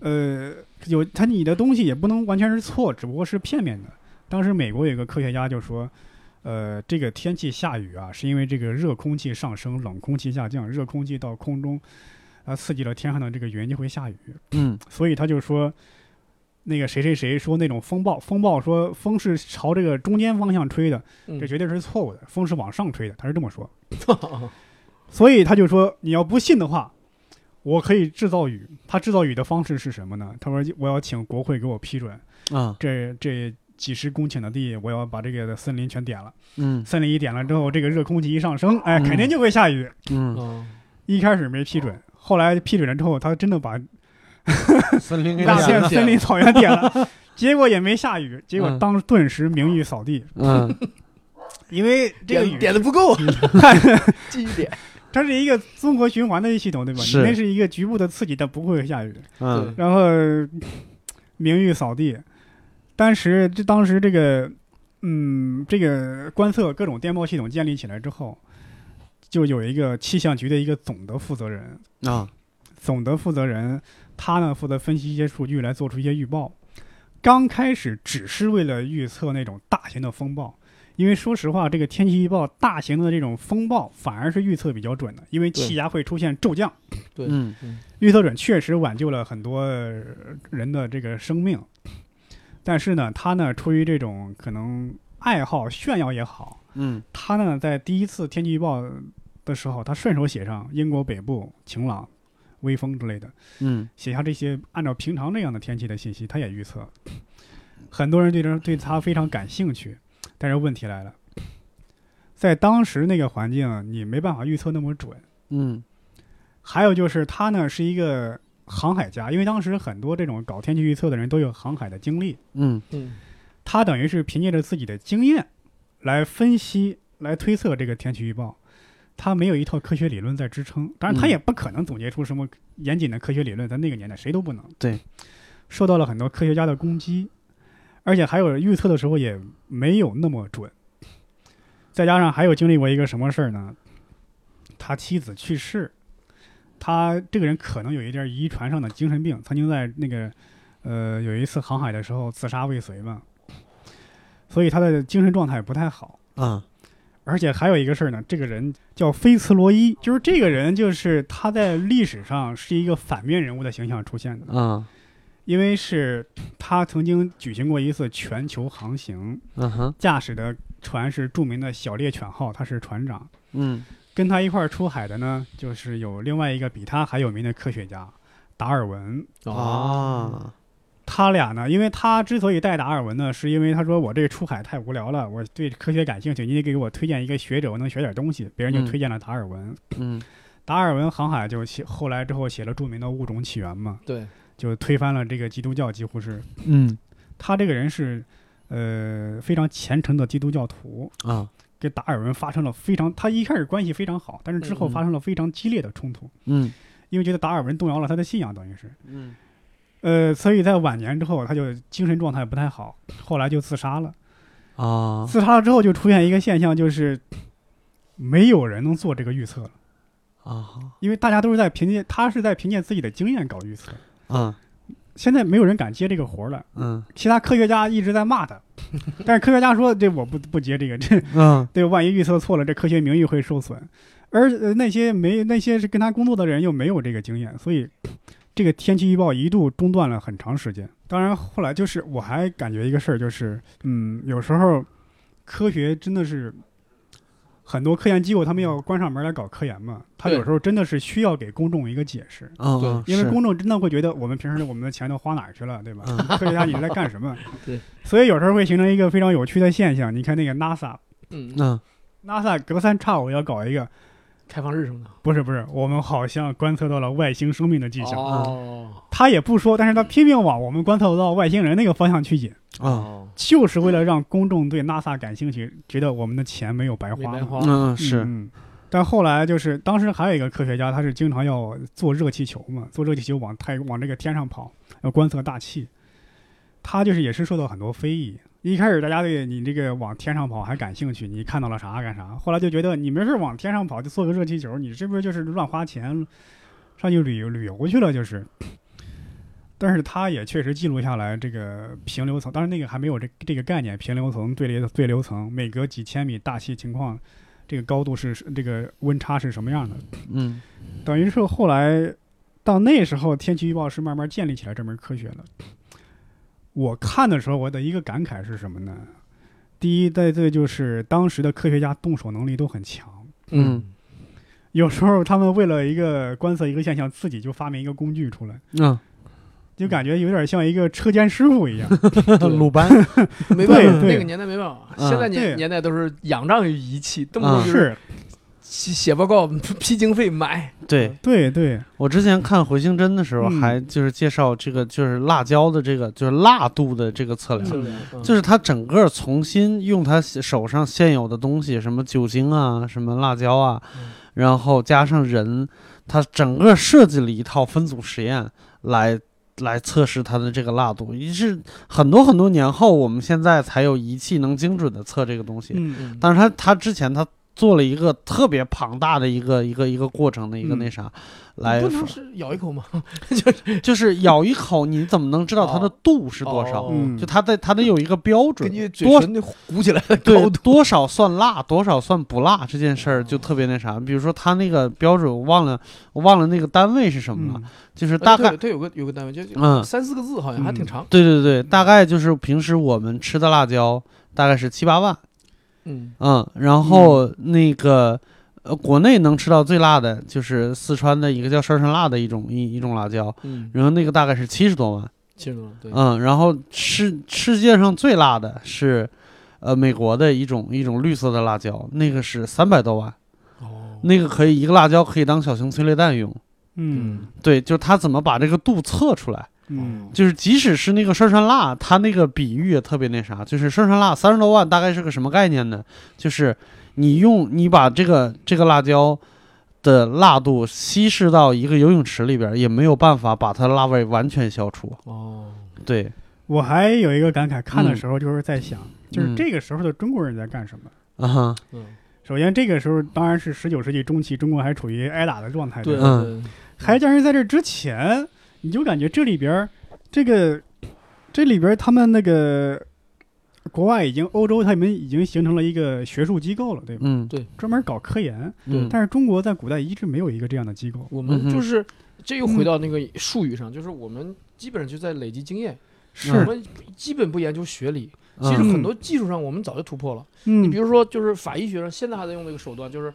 呃，有他你的东西也不能完全是错，只不过是片面的。当时美国有一个科学家就说，呃，这个天气下雨啊，是因为这个热空气上升，冷空气下降，热空气到空中，啊，刺激了天上的这个云就会下雨。嗯所以他就说，那个谁谁谁说那种风暴，风暴说风是朝这个中间方向吹的，嗯这绝对是错误的，风是往上吹的，他是这么说。 所以他就说，你要不信的话，我可以制造雨。他制造雨的方式是什么呢？他说，我要请国会给我批准，啊这这几十公顷的地，我要把这个森林全点了。嗯森林一点了之后，这个热空气一上升，哎，嗯肯定就会下雨。嗯嗯一开始没批准，后来批准了之后，他真的把森林给啊点大片了森林草原点了，结果也没下雨，结果嗯当顿时名誉扫地，嗯 因为这个点雨点的不够，继续点。它是一个综合循环的系统，对吧？是你那是一个局部的刺激，但不会下雨。嗯然后名誉扫地，当时这当时这个，嗯，这个观测各种电报系统建立起来之后，就有一个气象局的一个总的负责人，啊总的负责人他呢负责分析一些数据来做出一些预报。刚开始只是为了预测那种大型的风暴，因为说实话，这个天气预报大型的这种风暴反而是预测比较准的，因为气压会出现骤降。对嗯预测准确实挽救了很多呃人的这个生命，但是呢，他呢出于这种可能爱好炫耀也好，嗯他呢在第一次天气预报的时候，他顺手写上英国北部晴朗、微风之类的，嗯写下这些按照平常那样的天气的信息，他也预测。很多人对这对他非常感兴趣，但是问题来了，在当时那个环境，你没办法预测那么准。嗯还有就是他呢是一个航海家，因为当时很多这种搞天气预测的人都有航海的经历，嗯嗯他等于是凭借着自己的经验来分析、来推测这个天气预报。他没有一套科学理论在支撑，当然他嗯也不可能总结出什么严谨的科学理论，在那个年代谁都不能。对，受到了很多科学家的攻击，而且还有预测的时候也没有那么准。再加上还有经历过一个什么事儿呢？他妻子去世，他这个人可能有一点遗传上的精神病，曾经在那个呃有一次航海的时候自杀未遂嘛，所以他的精神状态不太好。啊而且还有一个事儿呢，这个人叫菲茨罗伊，就是这个人就是他在历史上是一个反面人物的形象出现的，啊因为是他曾经举行过一次全球航行，嗯哼驾驶的船是著名的小猎犬号，他是船长。嗯跟他一块儿出海的呢，就是有另外一个比他还有名的科学家达尔文。哦哦啊他俩呢，因为他之所以带达尔文呢，是因为他说我这个出海太无聊了，我对科学感兴趣，你得给我推荐一个学者，我能学点东西。别人就嗯推荐了达尔文。嗯达尔文航海就写后来之后写了著名的《物种起源》嘛，对，就推翻了这个基督教，几乎是嗯他这个人是，呃，非常虔诚的基督教徒，啊跟达尔文发生了非常，他一开始关系非常好，但是之后嗯嗯发生了非常激烈的冲突，嗯因为觉得达尔文动摇了他的信仰，等于是，嗯呃，所以在晚年之后，他就精神状态不太好，后来就自杀了。啊自杀了之后，就出现一个现象，就是没有人能做这个预测了，啊因为大家都是在凭借他是在凭借自己的经验搞预测。啊现在没有人敢接这个活儿了，嗯其他科学家一直在骂他， 但是科学家说这我不不接这个，这嗯对万一预测错了，这科学名誉会受损。而呃那些没那些是跟他工作的人又没有这个经验，所以这个天气预报一度中断了很长时间。当然后来就是我还感觉一个事儿，就是嗯，有时候科学真的是很多科研机构他们要关上门来搞科研嘛，他对有时候真的是需要给公众一个解释。啊因为公众真的会觉得我们平时我们的钱都花哪儿去 了，对吧？嗯科学家你是在干什么？对，所以有时候会形成一个非常有趣的现象。你看那个 NASA，NASA 嗯，嗯隔三差五要搞一个，开放日什么的。不是不是，我们好像观测到了外星生命的迹象。哦他也不说，但是他拼命往我们观测到外星人那个方向去引， 啊哦就是为了让公众对 NASA 感兴趣，觉得我们的钱没有白没花。白花嗯嗯是嗯但后来就是，当时还有一个科学家，他是经常要做热气球嘛，做热气球往太往这个天上跑，呃要观测大气。他就是也是受到很多非议。一开始大家对你这个往天上跑还感兴趣，你看到了啥干啥。后来就觉得你没事往天上跑就做个热气球，你是不是就是乱花钱上去旅游旅游去了？就是。但是他也确实记录下来这个平流层，当然那个还没有这这个概念，平流层、对流对流层，每隔几千米大气情况这个高度是是这个温差是什么样的。嗯等于是后来到那时候，天气预报是慢慢建立起来这门科学的。我看的时候，我的一个感慨是什么呢？第一，在这就是当时的科学家动手能力都很强，嗯有时候他们为了一个观测一个现象，自己就发明一个工具出来，嗯就感觉有点像一个车间师傅一样。鲁班没办法，对那个年代没办法。嗯现在年对年代都是仰仗于仪器，动不动嗯就是 是写写报告批经费买，对对对，我之前看回形针的时候，嗯还就是介绍这个就是辣椒的这个就是辣度的这个测量，嗯就就是他整个重新用他手上现有的东西，什么酒精啊，什么辣椒啊，嗯然后加上人，他整个设计了一套分组实验来来测试它的这个辣度。于是很多很多年后，我们现在才有仪器能精准的测这个东西。嗯但是他他之前他做了一个特别庞大的一个一个一个过程的一个嗯那啥，来不能是咬一口吗？就是就是咬一口，你怎么能知道它的哦度是多少？哦嗯，就它的它得有一个标准根，据嘴多唇那鼓起来的对高，度，多少算辣，多少算不辣这件事儿就特别那啥。比如说他那个标准，我忘了，我忘了那个单位是什么了，嗯就是大概，它有个有个单位，就就嗯，三四个字，好像还挺长。对对对，大概就是平时我们吃的辣椒大概是七八万，嗯，嗯，然后那个。呃，国内能吃到最辣的就是四川的一个叫山参辣的一种一一种辣椒，嗯，然后那个大概是七十多万，清楚了，对，嗯，然后世世界上最辣的是，呃，美国的一种一种绿色的辣椒，那个是三百多万，哦，那个可以一个辣椒可以当小型催泪弹用。嗯对，就是他怎么把这个度测出来，嗯就是即使是那个涮涮辣，他那个比喻也特别那啥，就是涮涮辣三十多万大概是个什么概念呢？就是你用你把这个这个辣椒。的辣度稀释到一个游泳池里边，也没有办法把它的辣味完全消除。哦，对，我还有一个感慨，看的嗯时候就是在想，就是这个时候的中国人在干什么。啊哈，嗯，首先，这个时候当然是十九世纪中期，中国还处于挨打的状态。对，吧嗯对还但是在这之前，你就感觉这里边儿这个这里边儿他们那个国外已经欧洲他们已经形成了一个学术机构了，对吧？嗯，专门搞科研，嗯但是中国在古代一直没有一个这样的机构。我嗯们哼就是这又回到那个术语上，就是我们基本上就在累积经验，是我们基本不研究学理，其实嗯很多技术上我们早就突破了。你嗯比如说，就是法医学上现在还在用的一个手段，就是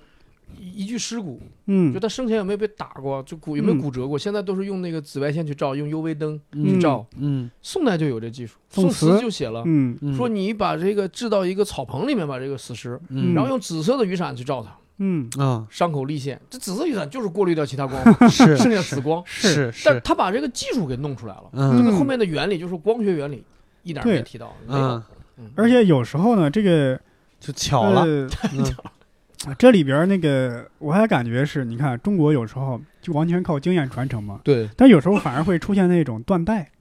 一一具尸骨，就嗯他生前有没有被打过，就骨有没有骨折过，现在都是用那个紫外线去照，用 UV 灯去嗯照。嗯宋代就有这技术，宋宋词词就写了，嗯嗯说你把这个置到一个草棚里面，把这个死尸，嗯然后用紫色的雨伞去照它，嗯，啊伤口立现。这紫色雨伞就是过滤掉其他 光，是剩下死光。是但是他把这个技术给弄出来了，嗯后面的原理就是光学原理，一点儿对没提到。没有嗯，嗯而且有时候呢，这个就巧了呃嗯 这里边儿那个，我还感觉是，你看中国有时候就完全靠经验传承嘛，对，但有时候反而会出现那种断代、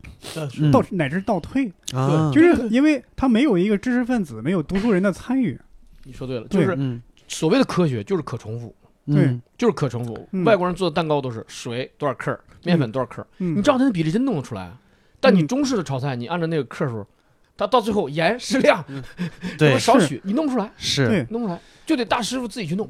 嗯倒乃至倒退，啊就对是因为他没有一个知识分子，没有读书人的参与。你说对了，就对是嗯所谓的科学就是可重复，嗯就是可重复。嗯外国人做的蛋糕都是水多少克儿，面粉多少克儿，嗯，你照它的比例真弄得出来啊。但你嗯中式的炒菜，你按照那个克数，它到最后盐适量对少是许，你弄不出来，是对，弄不出来就得大师傅自己去弄。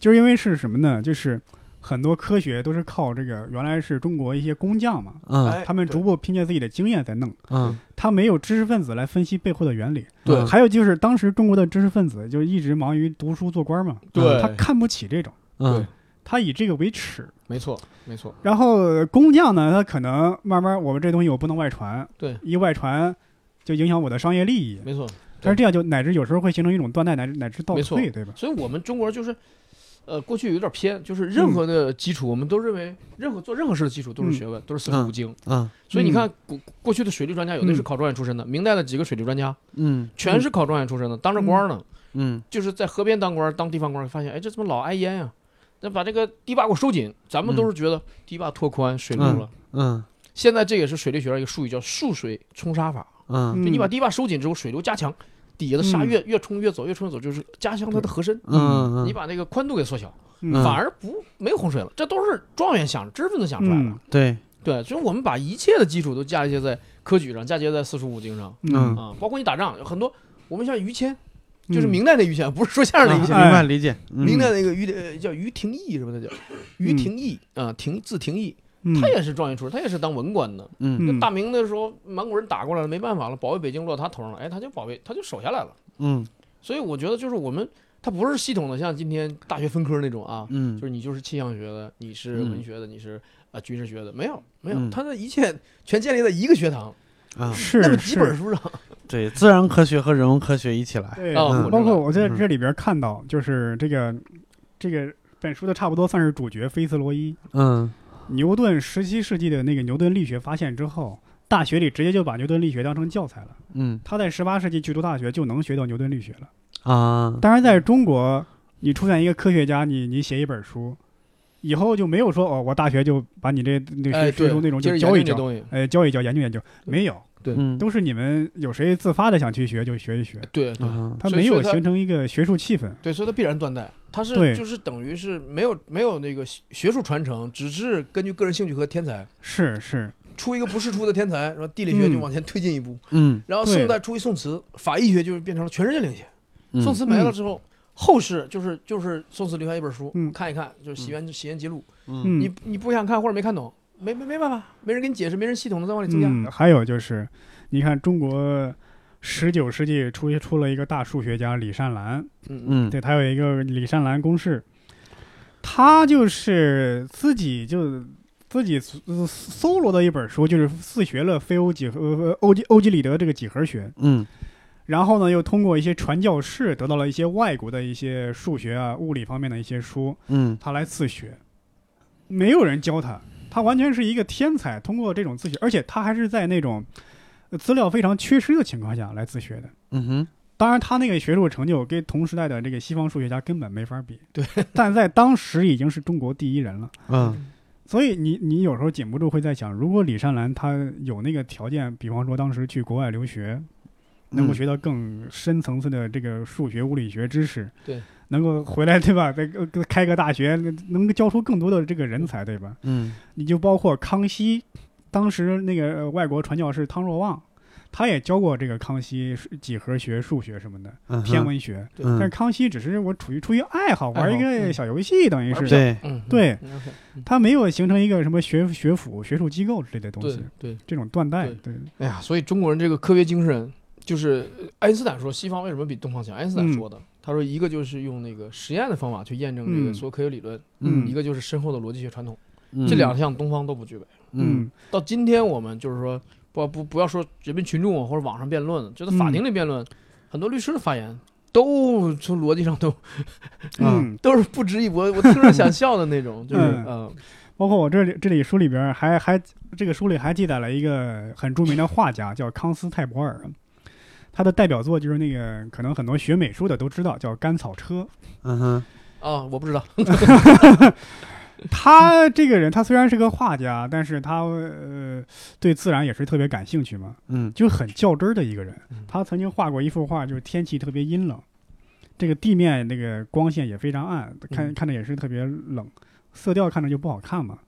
就是因为是什么呢？就是很多科学都是靠这个，原来是中国一些工匠嘛，嗯哎他们逐步凭借自己的经验在弄，嗯他没有知识分子来分析背后的原理。对嗯还有就是当时中国的知识分子就一直忙于读书做官嘛，嗯对他看不起这种，嗯他以这个为耻。没错，没错，然后工匠呢，他可能慢慢我们这东西我不能外传，对，一外传就影响我的商业利益。没错。但是这样就乃至有时候会形成一种断代，乃至乃至倒没错退，对吧？所以我们中国就是，呃，过去有点偏，就是嗯任何的基础，我们都认为任何做任何事的基础都是学问，都是四书五经。嗯所以你看，古过去的水利专家有的是考状元出身的，明代的几个水利专家嗯全是考状元出身的，当着官儿呢，嗯就是在河边当官儿，当地方官儿，发现哎，这怎么老挨淹呀、那把这个堤坝给我收紧，咱们都是觉得堤坝拓宽，水路了。嗯现在这也是水利学上一个术语，叫束水冲沙法。嗯就你把堤坝收紧之后，水流加强，底下的沙越越冲越走，越冲越走，就是加强它的河身。嗯你把那个宽度给缩小，嗯反而不没有洪水了。这都是状元想、知识分子想出来的。嗯对对，所以我们把一切的基础都嫁接在科举上，嫁接在四书五经上嗯啊，包括你打仗，有很多我们像于谦，嗯就是明代那于谦，不是说相声的于啊明谦。白理解嗯明代那个于呃叫于廷义什么的叫于廷义啊，廷字廷义，嗯，他也是状元出身，他也是当文官的。嗯大明的时候，满国人打过来了，没办法了，保卫北京落他头上了，哎，他就保卫，他就守下来了。嗯所以我觉得就是我们，他不是系统的，像今天大学分科那种啊，嗯就是你就是气象学的，你是嗯文学的，你是呃军事学的，没有没有嗯，他的一切全建立在一个学堂，啊是那么几本是，书上，对自然科学和人文科学一起来对啊嗯我包知括道我在嗯这里边看到，就是这个这个本书的差不多算是主角菲茨罗伊。嗯牛顿十七世纪的那个牛顿力学发现之后，大学里直接就把牛顿力学当成教材了。嗯他在十八世纪去读大学就能学到牛顿力学了。啊，当然，在中国，你出现一个科学家，你你写一本书，以后就没有说哦，我大学就把你这那哎，学对学术内容接就着教研一究这教，东西，哎，教一教，研究研究，没有，嗯都是你们有谁自发的想去学就学一学，对对啊他所以没所有以他形成一个学术气氛。对，所以它必然断代。它是对就是等于是没有没有那个学学术传承，只是根据个人兴趣和天才是是，出一个不世出的天才，然后地理学就嗯往前推进一步，嗯然后对宋代出一宋词，法医学就是变成了全世界领先。嗯宋词没了嗯之后，后世就是就是宋词留下一本书，嗯看一看就是《洗冤洗冤集录》嗯嗯你你不想看或者没看懂，没没没办法，没人给你解释，没人系统的再往里增加。嗯，还有就是，你看中国十九世纪出出了一个大数学家李善兰，嗯嗯对他有一个李善兰公式，他就是自己就自己搜搜罗的一本书，就是自学了非欧几何、呃欧几欧几里得这个几何学，嗯然后呢又通过一些传教士得到了一些外国的一些数学啊、物理方面的一些书，嗯他来自学，没有人教他，他完全是一个天才，通过这种自学，而且他还是在那种呃资料非常缺失的情况下来自学的。嗯哼当然，他那个学术成就跟同时代的这个西方数学家根本没法比。对，但在当时已经是中国第一人了。嗯所以你你有时候禁不住会在想，如果李善兰他有那个条件，比方说当时去国外留学，能够学到更深层次的这个数学、物理学知识，对，能够回来对吧？再呃开个大学，能够教出更多的这个人才，对吧？嗯你就包括康熙，当时那个呃外国传教士汤若望，他也教过这个康熙数几何学、数学什么的，嗯天文学。但是嗯康熙只是我处于出于爱好爱玩好一个嗯小游戏，等于玩是不对嗯，对嗯，OK，嗯他没有形成一个什么学学府、学术机构之类的东对西，对，这种断代，对对，哎呀，所以中国人这个科学精神，就是呃爱因斯坦说西方为什么比东方强？爱因斯坦嗯说的，他说一个就是用那个实验的方法去验证这个嗯所有科学理论，嗯一个就是深厚的逻辑学传统，嗯这两项东方都不具备。嗯到今天我们就是说，不不不要说人民群众啊或者网上辩论，就在嗯法庭里辩论，很多律师的发言都从逻辑上都嗯嗯，都是不值一驳， 我听着想笑的那种，就是嗯嗯包括我这里这里书里边还还这个书里还记载了一个很著名的画家叫康斯泰伯尔，他的代表作就是那个可能很多学美术的都知道叫《甘草车》。 嗯哼啊，我不知道，他这个人，他虽然是个画家，但是他呃对自然也是特别感兴趣嘛，嗯就很较真儿的一个人嗯。他曾经画过一幅画，就是天气特别阴冷，这个地面那个光线也非常暗，看嗯看着也是特别冷，色调看着就不好看嘛。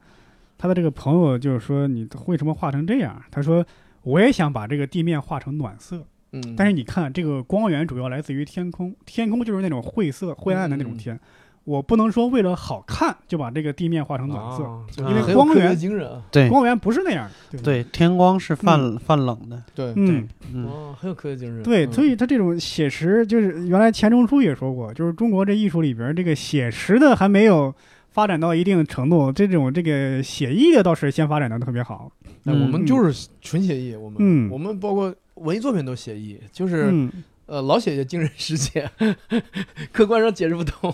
他的这个朋友就是说：“你为什么画成这样？”他说：“我也想把这个地面画成暖色，嗯，但是你看，这个光源主要来自于天空，天空就是那种晦嗯涩、晦暗的那种天。我不能说为了好看就把这个地面画成暖色，啊因为很有光科学源精神啊，对光源不是那样的。吧，对天光是泛泛冷的对，嗯，嗯哦，很有科学精神，对，嗯所以他这种写实，就是原来钱钟书也说过，就是中国这艺术里边这个写实的还没有发展到一定程度，这种这个写意的倒是先发展的特别好。那我们就是纯写意，我们、嗯我们包括文艺作品都写意，就是、嗯，呃老写些精神世界， 客观上解释不 通。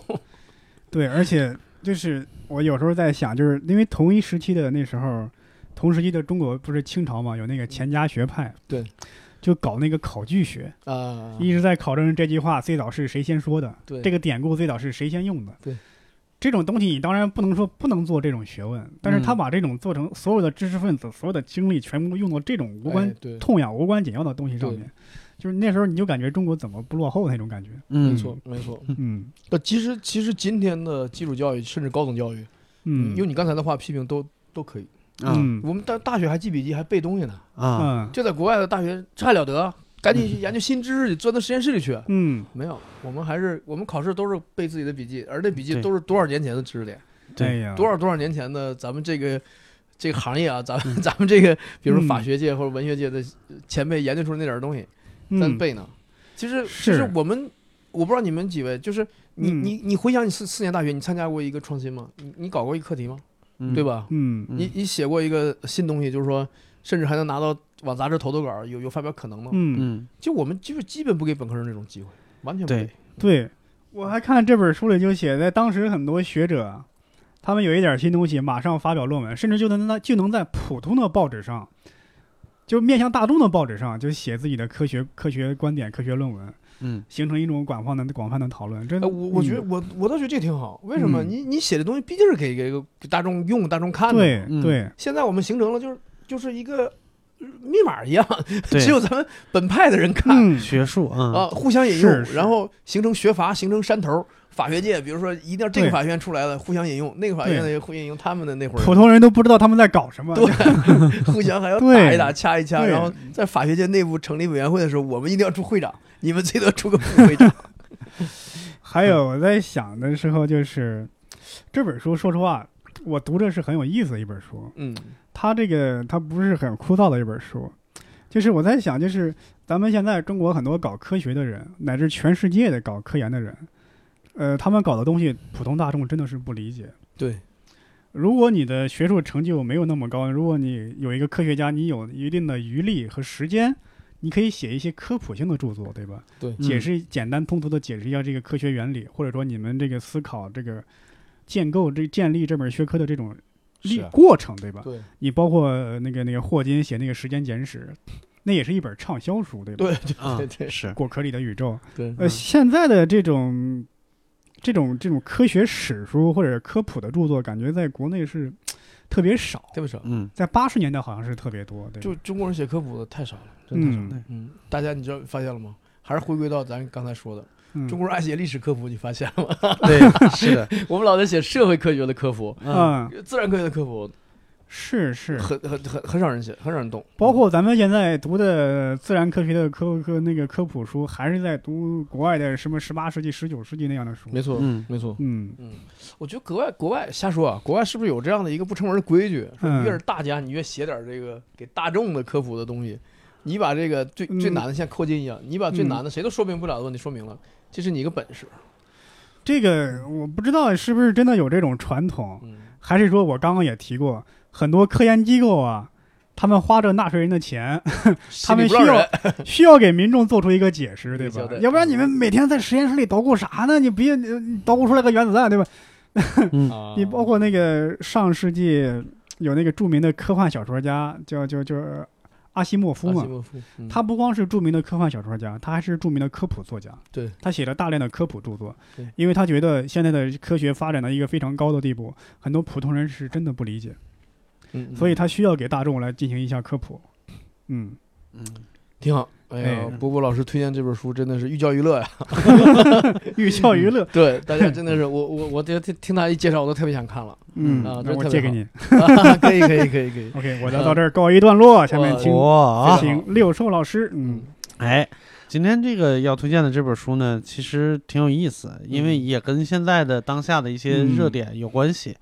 对，而且就是我有时候在想，就是因为同一时期的那时候，同时期的中国不是清朝嘛，有那个钱家学派，对，就搞那个考据学，啊，一直在考证这句话最早是谁先说的，对这个典故最早是谁先用的，对。这种东西你当然不能说不能做这种学问，但嗯是他把这种做成所有的知识分子、所有的精力全部用到这种无关哎对，痛痒、无关紧要的东西上对面，就是那时候你就感觉中国怎么不落后那种感觉。嗯没错没错。嗯那其实其实今天的基础教育甚至高等教育，嗯用你啊刚才的话批评都都可以。嗯嗯我们大大学还记笔记还背东西呢，啊嗯就在国外的大学差了得，赶紧去研究新知识去，钻到实验室里去。嗯，没有，我们还是我们考试都是背自己的笔记，而那笔记对都是多少年前的知识点。对哎呀，多少多少年前的咱们这个这个行业啊，咱 嗯们咱们这个，比如说法学界或者文学界的前辈研究出来那点儿东西，咱嗯背呢。其实其是实我们，我不知道你们几位，就是你嗯你你回想你四四年大学，你参加过一个创新吗？你你搞过一个课题吗？对吧？嗯你你写过一个新东西，就是说，甚至还能拿到往杂志投投稿，有有发表可能吗？嗯，嗯就我们就是基本不给本科生这种机会，完全不对给。对。我还看这本书里就写，在当时很多学者，啊他们有一点新东西，马上发表论文，甚至就能在就能在普通的报纸上，就面向大众的报纸上，就写自己的科学科学观点、科学论文，嗯，形成一种广泛的广泛的讨论。嗯这哎，我我觉得我我倒觉得这挺好，为什么？嗯你你写的东西毕竟是给给给大众用、大众看的。，对嗯对，现在我们形成了就是就是一个呃密码一样，对 只有咱们本派的人看、嗯，学术啊，啊，互相引是用，是然后形成学阀，形成山头。法学界，比如说一定要这个对法院出来了，互相引用；那个法院对的也互相引用他们的那会普儿，通人都不知道他们在搞什么。就 对，互相还要打一打、对掐一掐。对然后在法学界内部成立委员会的时候，我们一定要出会长，你们最多出个副会 长。还有我在想的时候，就是这本书，说实话，我读着是很有意思的一本书。嗯，它这个它不是很枯燥的一本书，就是我在想，就是咱们现在中国很多搞科学的人，乃至全世界的搞科研的人，呃，他们搞的东西，普通大众真的是不理解。对，如果你的学术成就没有那么高，如果你有一个科学家，你有一定的余力和时间，你可以写一些科普性的著作，对吧？对嗯解释简单通俗的解释一下这个科学原理，或者说你们这个思考这个建构这建立这门学科的这种历是啊过程， 对吧？对你包括呃那个那个霍金写那个《时间简史》，那也是一本畅销书，对吧？对嗯啊对对是，果壳里的宇宙。对，呃，现在的这种这种这种科学史书或者科普的著作，感觉在国内是特别少，对不少。 嗯，在八十年代好像是特别多，对吧？就中国人写科普的太少了，真的太少了。嗯对嗯，大家你知道发现了吗？还是回归到咱刚才说的，嗯中国人爱写历史科普，你发现了吗？ 对，是的，我们老在写社会科学的科普，嗯，嗯自然科学的科普是是，很很很很少人写，很少人懂。包括咱们现在读的自然科学的科科那个科普书，还是在读国外的什么十八世纪、十九世纪那样的书。没错，嗯没错。嗯我觉得国外国外瞎说啊，国外是不是有这样的一个不成文的规矩？说嗯越是大家，你越写点这个给大众的科普的东西，你把这个最嗯最难的像扣金一样，你把最嗯难的谁都说明不了的问题说明了，这是你一个本事。这个我不知道是不是真的有这种传统，嗯，还是说我刚刚也提过，很多科研机构啊，他们花着纳税人 的钱，他们心里不让需要人需要给民众做出一个解释，对一个交吧代？要不然你们每天在实验室里捣鼓啥呢？你别你你捣鼓出来个原子弹，对吧？啊你包括那个上世纪有那个著名的科幻小说家，叫叫叫阿西莫夫阿嘛西，莫夫，嗯他不光是著名的科幻小说家，他还是著名的科普作家。对，他写了大量的科普著作对，因为他觉得现在的科学发展到一个非常高的地步，很多普通人是真的不理解，嗯嗯所以他需要给大众来进行一下科普。嗯，嗯，挺好。哎呀哎，波波老师推荐这本书真的是寓教于 乐呀！寓教于乐。对，大家真的是我我我听听他一介绍，我都特别想看 了。 嗯，啊这那我特别借给好你。啊可以可以可以可以， OK，我聊到这儿告一段落，下面哇请哇啊，请六兽老师。嗯哎，今天这个要推荐的这本书呢，其实挺有意思，因为嗯也跟现在的当下的一些嗯热点有关系。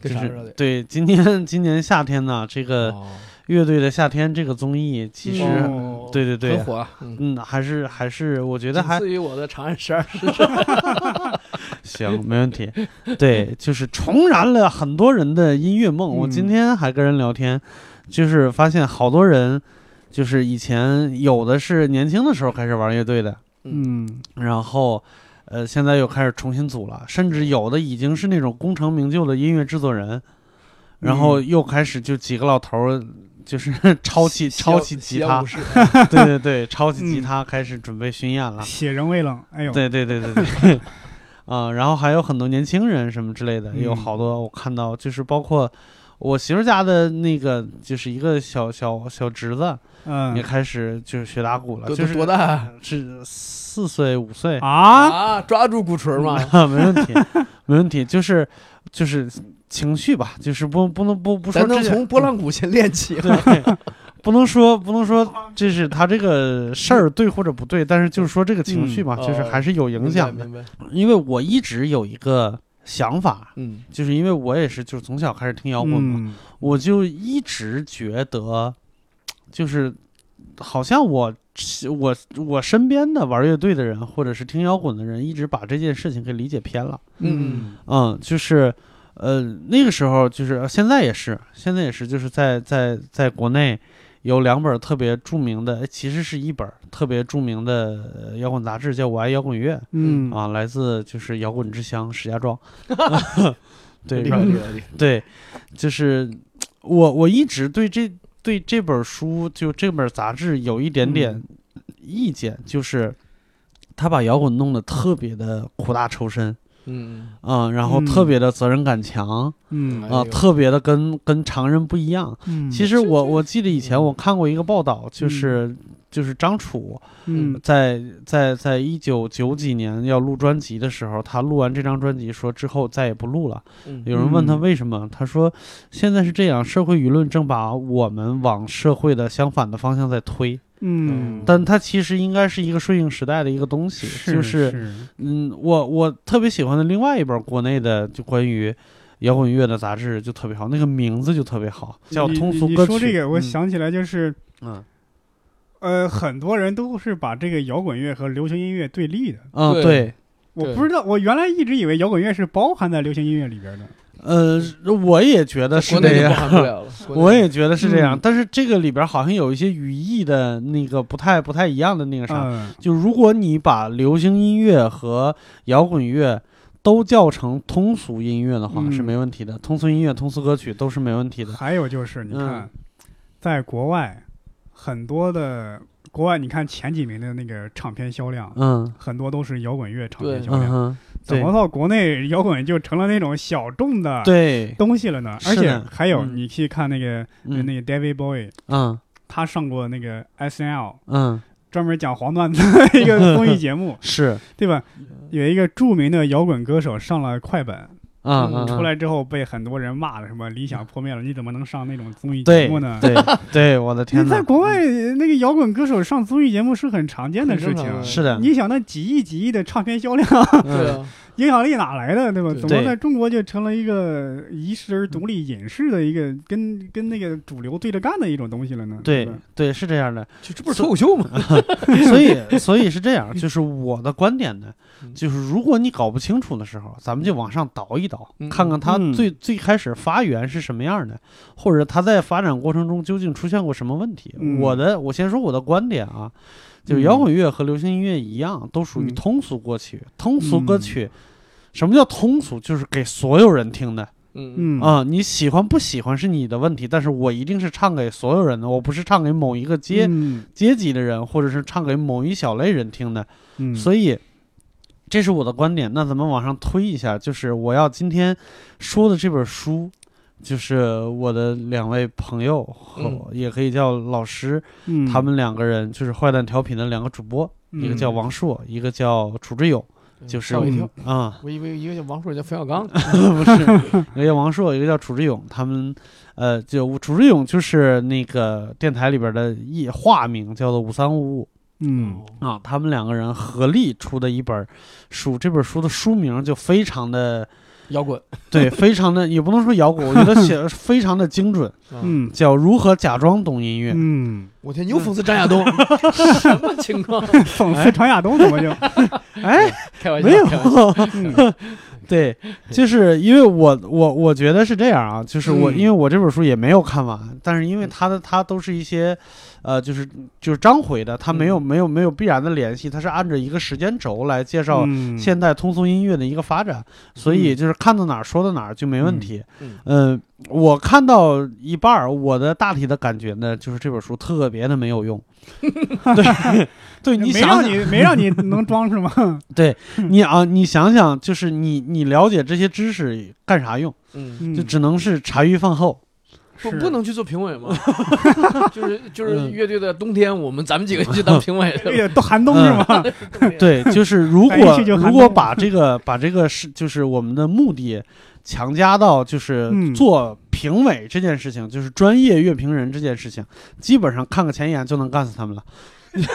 跟就啥是似的。对，今年今年夏天呢，这个《哦乐队的夏天》这个综艺，其实、嗯哦对对对很火啊，嗯，嗯，还是还是我觉得仅还次于我的《长安十二时辰》行，没问题。对，就是重燃了很多人的音乐梦。我今嗯天还跟人聊天，就是发现好多人，就是以前有的是年轻的时候开始玩乐队的，嗯然后。呃，现在又开始重新组了，甚至有的已经是那种功成名就的音乐制作人，然后又开始就几个老头儿，就是 抄起西抄游起西吉游他武， 士对对对，抄起吉嗯他开始准备巡演了。血仍未冷。哎呦，啊对对对对 对，啊、然后还有很多年轻人什么之类的，嗯有好多我看到，就是包括我媳妇家的那个，就是一个小小小侄子嗯也开始就是学打鼓了，都就都是多大啊 是四岁五岁啊，啊？抓住鼓槌嘛，啊， 没问题，没问题，就是就是情绪吧，就是不不能不不说咱能这从拨浪鼓先练起。对，不能说不能说这是他这个事儿对或者不对，但是就是说这个情绪吧，嗯就是哦还是有影响的。明白，明白因为我一直有一个想法，嗯，就是因为我也是就是从小开始听摇滚嘛，嗯我就一直觉得，就是好像我我我身边的玩乐队的人或者是听摇滚的人，一直把这件事情给理解偏了。嗯嗯，就是，呃，那个时候就是现在也是，现在也是，就是在在在国内有两本特别著名的，哎其实是一本特别著名的呃摇滚杂志，叫《我爱摇滚乐》嗯啊，来自就是摇滚之乡石家庄。 对，厉害然后厉害厉害，对，就是我我一直对这对这本书就这本杂志有一点点意见，就是他把摇滚弄得特别的苦大仇深嗯，啊、然后嗯特别的责任感强嗯哎啊、呦特别的跟跟常人不一样。嗯，其实实我我记得以前我看过一个报道，就是。就是张楚嗯在在在一九九几年要录专辑的时候，他录完这张专辑说之后再也不录了，嗯有人问他嗯为什么，他说现在是这样，社会舆论正把我们往社会的相反的方向在推，嗯，但它其实应该是一个顺应时代的一个东西，就是嗯，我我特别喜欢的另外一本国内的就关于。摇滚乐的杂志就特别好，那个名字就特别好，叫你通俗你歌曲。说这个，我嗯，想起来就是。嗯呃，很多人都是把这个摇滚乐和流行音乐对立的。啊，对对，我对不知道，我原来一直以为摇滚乐是包含在流行音乐里边的。嗯呃，我也觉得是国这内就包样，含不了了，国内 我也觉得是这样，嗯但是这个里边好像有一些语义的那个不太不太一样的那个啥，嗯就如果你把流行音乐和摇滚乐都叫成通俗音乐的话，嗯是没问题的。通俗音乐、通俗歌曲都是没问题的。嗯还有就是，你看，在国外，很多的国外，你看前几名的那个唱片销量，嗯很多都是摇滚乐唱片对销嗯量。哼，怎对么到国内摇滚就成了那种小众的对，东西了呢？而是且的还有，嗯你去看那个嗯那个 David Bowie，嗯他上过那个 S N L。嗯专门讲黄段子的 一个综艺节目，是对吧？嗯有一个著名的摇滚歌手上了快本，啊嗯啊出来之后被很多人骂了，什么理想破灭了，你怎么能上那种综艺节对目呢？对对，我的你天在哪！国外那个摇滚歌手上综艺节目是很常见的事很正常情啊。是的，你想那几亿几亿的唱片销量，对嗯啊，影响力哪来的，对吧？对怎么在中国就成了一个遗世而独立隐士的一个跟跟那个主流对着干的一种东西了呢？对吧对是这样的。这这不是脱口秀吗？ 所以，所以是这样，就是我的观点呢嗯，就是如果你搞不清楚的时候，咱们就往上倒一倒，嗯看看它嗯最、最开始发源是什么样的，或者它在发展过程中究竟出现过什么问题。嗯我的，我先说我的观点啊，就嗯摇滚乐和流行音乐一样，都属于嗯通俗歌曲。通俗歌曲，什么叫通俗？就是给所有人听的嗯嗯啊、你喜欢不喜欢是你的问题，但是我一定是唱给所有人的，我不是唱给某一个阶、嗯阶级的人，或者是唱给某一小类人听的。嗯，所以这是我的观点。那咱们往上推一下，就是我要今天说的这本书，就是我的两位朋友和、嗯也可以叫老师，以他们两个人就是坏蛋调频的两个主播，嗯一个叫王硕，一个叫楚志勇嗯，就是吓我一跳，啊、我以为一个叫王朔，一个叫冯小刚，不是，一个叫王硕，一个叫楚志勇，他们。呃，就楚志勇就是那个电台里边的一化名，叫做五三五五。哦嗯啊，他们两个人合力出的一本书，这本书的书名就非常 的摇滚，对，非常的也不能说摇滚，我觉得写得非常的精准，啊，嗯叫《如何假装懂音乐》。嗯，我天，又讽刺张亚 东，什么情况？讽刺常亚东怎 么就哎，开玩笑，没有开玩笑，，对，就是因为我我我觉得是这样啊，就是我、嗯因为我这本书也没有看完，但是因为它的它都是一些，呃，就是就是章回的，它没有、嗯没有没有必然的联系，它是按照一个时间轴来介绍嗯现代通俗音乐的一个发展，所以就是看到哪儿说到哪儿就没问题。嗯嗯、我看到一半儿，我的大体的感觉呢，就是这本书特别的没有 用。对， 对你没想让想，你没让你能装是吗？对你啊，你想想，就是你你了解这些知识干啥用？嗯， 就只能是茶余饭后。不是不能去做评委吗？ 就是就是嗯乐队的冬天，我们咱们几个去 当评委那去个都寒冬是吗？了，对， 就是如反应果去就寒如果冬把这个把这个是就是我们的目的强加到就是嗯做评委这件事情，就是专业乐评人这件事情，基本上看个前言就能干死他们了，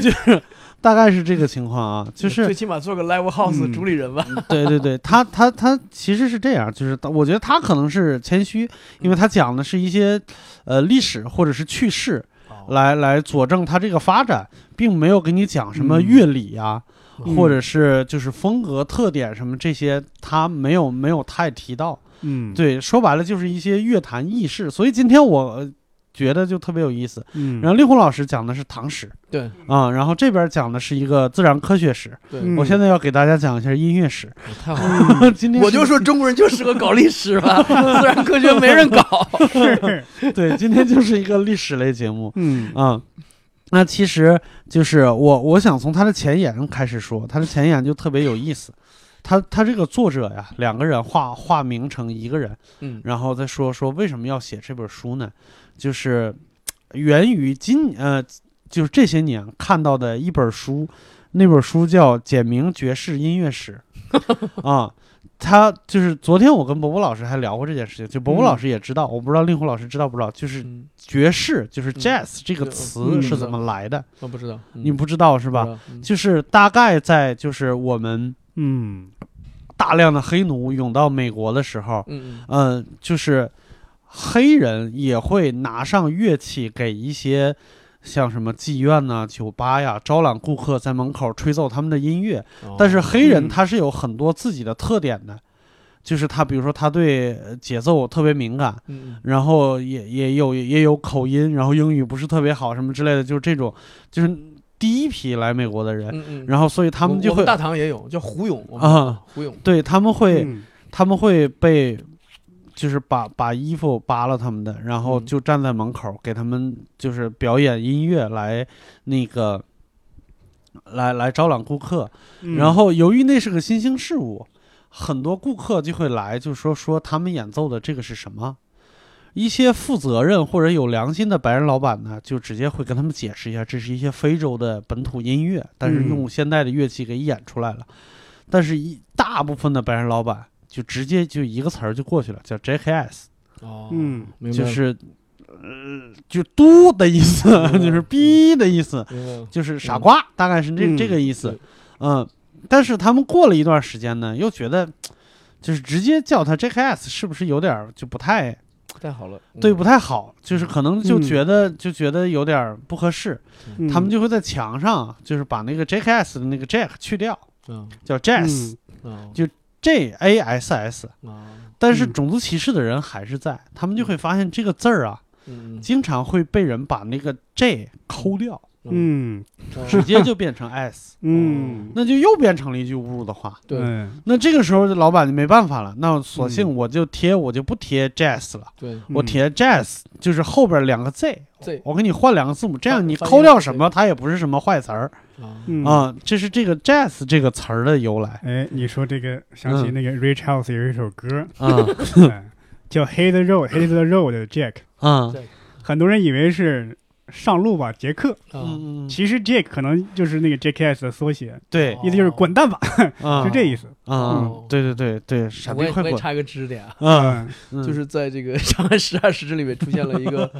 就是大概是这个情况啊，就最是起码做个 live house 嗯主理人吧。对对对，他他他其实是这样，就是他我觉得他可能是谦虚，因为他讲的是一些呃历史或者是趣事。来来佐证它这个发展，并没有给你讲什么嗯乐理啊呀、嗯或者是就是风格特点什么这些，他没有没有太提到。嗯，对，说白了就是一些乐坛轶事。所以今天我呃觉得就特别有意思。嗯，然后令狐老师讲的是唐史对啊、然后这边讲的是一个自然科学史。对，嗯我现在要给大家讲一下音乐史。太好了。 今嗯天我就说中国人就适合搞历史 吧，自然科学没人搞。是，是对，今天就是一个历史类节目。嗯啊、那其实就是我我想从他的前言开始说，他的前言就特别有意思。他他这个作者呀，两个人化化名成一个人，嗯然后再说说为什么要写这本书呢？就是呃源于今呃，就是这些年看到的一本书，那本书叫《简明爵士音乐史》 啊。他就是昨天我跟伯伯老师还聊过这件事情，就伯伯老师也知道，我不知道令狐老师知道不知道，就是嗯，爵士，就是嗯 jazz 这个对词嗯是怎么来的，我不知道，嗯你不知道是不吧？知道？嗯就是大概在就是我们 嗯大量的黑奴涌到美国的时候，嗯嗯，就是黑人也会拿上乐器给一些像什么妓院呐、酒吧呀招揽顾客，在门口吹奏他们的音乐。嗯， 但是黑人嗯他是有很多自己的特点的，就是他比如说他对呃节奏特别敏感，嗯然后也也有也有口音，然后英语不是特别好什么之类的，就是这种，就是第一批来美国的人，嗯嗯，然后所以他们我就我会大唐也有叫胡勇我们啊胡勇，对他们会、嗯他们会被就是把把衣服扒了他们的，然后嗯就站在门口给他们就是表演音乐来那个来来招揽顾客， 嗯然后由于那是个新兴事物，很多顾客就会来，就说说他们演奏的这个是什么。一些负责任或者有良心的白人老板呢，就直接会跟他们解释一下，这是一些非洲的本土音乐，但是嗯用现代的乐器给演出来了。但是，一大部分的白人老板就直接就一个词儿就过去了，叫 JKS，哦，嗯明白就了是呃，就嘟的意思，嗯 就是哔的意思，明白了就是傻瓜，大概是这、嗯这个意思。嗯，但是他们过了一段时间呢，又觉得就是直接叫他 JKS 是不是有点儿就不太太好了，嗯对不太好，就是可能就嗯觉得、就觉得有点儿不合适，嗯他们就会在墙上就是把那个 JKS 的那个 Jack 去掉，嗯叫 Jazz、嗯就 J A S S。啊但是嗯种族歧视的人还是在，他们就会发现这个字儿啊，嗯经常会被人把那个 J 抠 掉，嗯直接就变成 S，嗯那就又变成了一句侮辱的话。对嗯那这个时候老板就没办法了，那索性嗯我就贴我就不贴 jazz 了，对我贴 jazz 就是后边两个 z，这我给你换两个字母，这样你发抠掉什音么它也不是什么坏词儿啊嗯啊，这是这个 jazz 这个词儿的由来哎，你说这个想起嗯那个 Rich House 有一首歌，啊嗯叫《Hit the Road》，Hit the Road 的 Jack，啊很多人以为是上路吧，杰克，嗯嗯，嗯其实 Jack 可能就是那个 JKS 的缩写，对哦意思就是滚蛋吧，啊，就这意思。啊哦，对对对对，傻我逼也快我也滚，插一个知识点啊，嗯，嗯嗯就是在这个《 长安十二时辰》里面出现了一个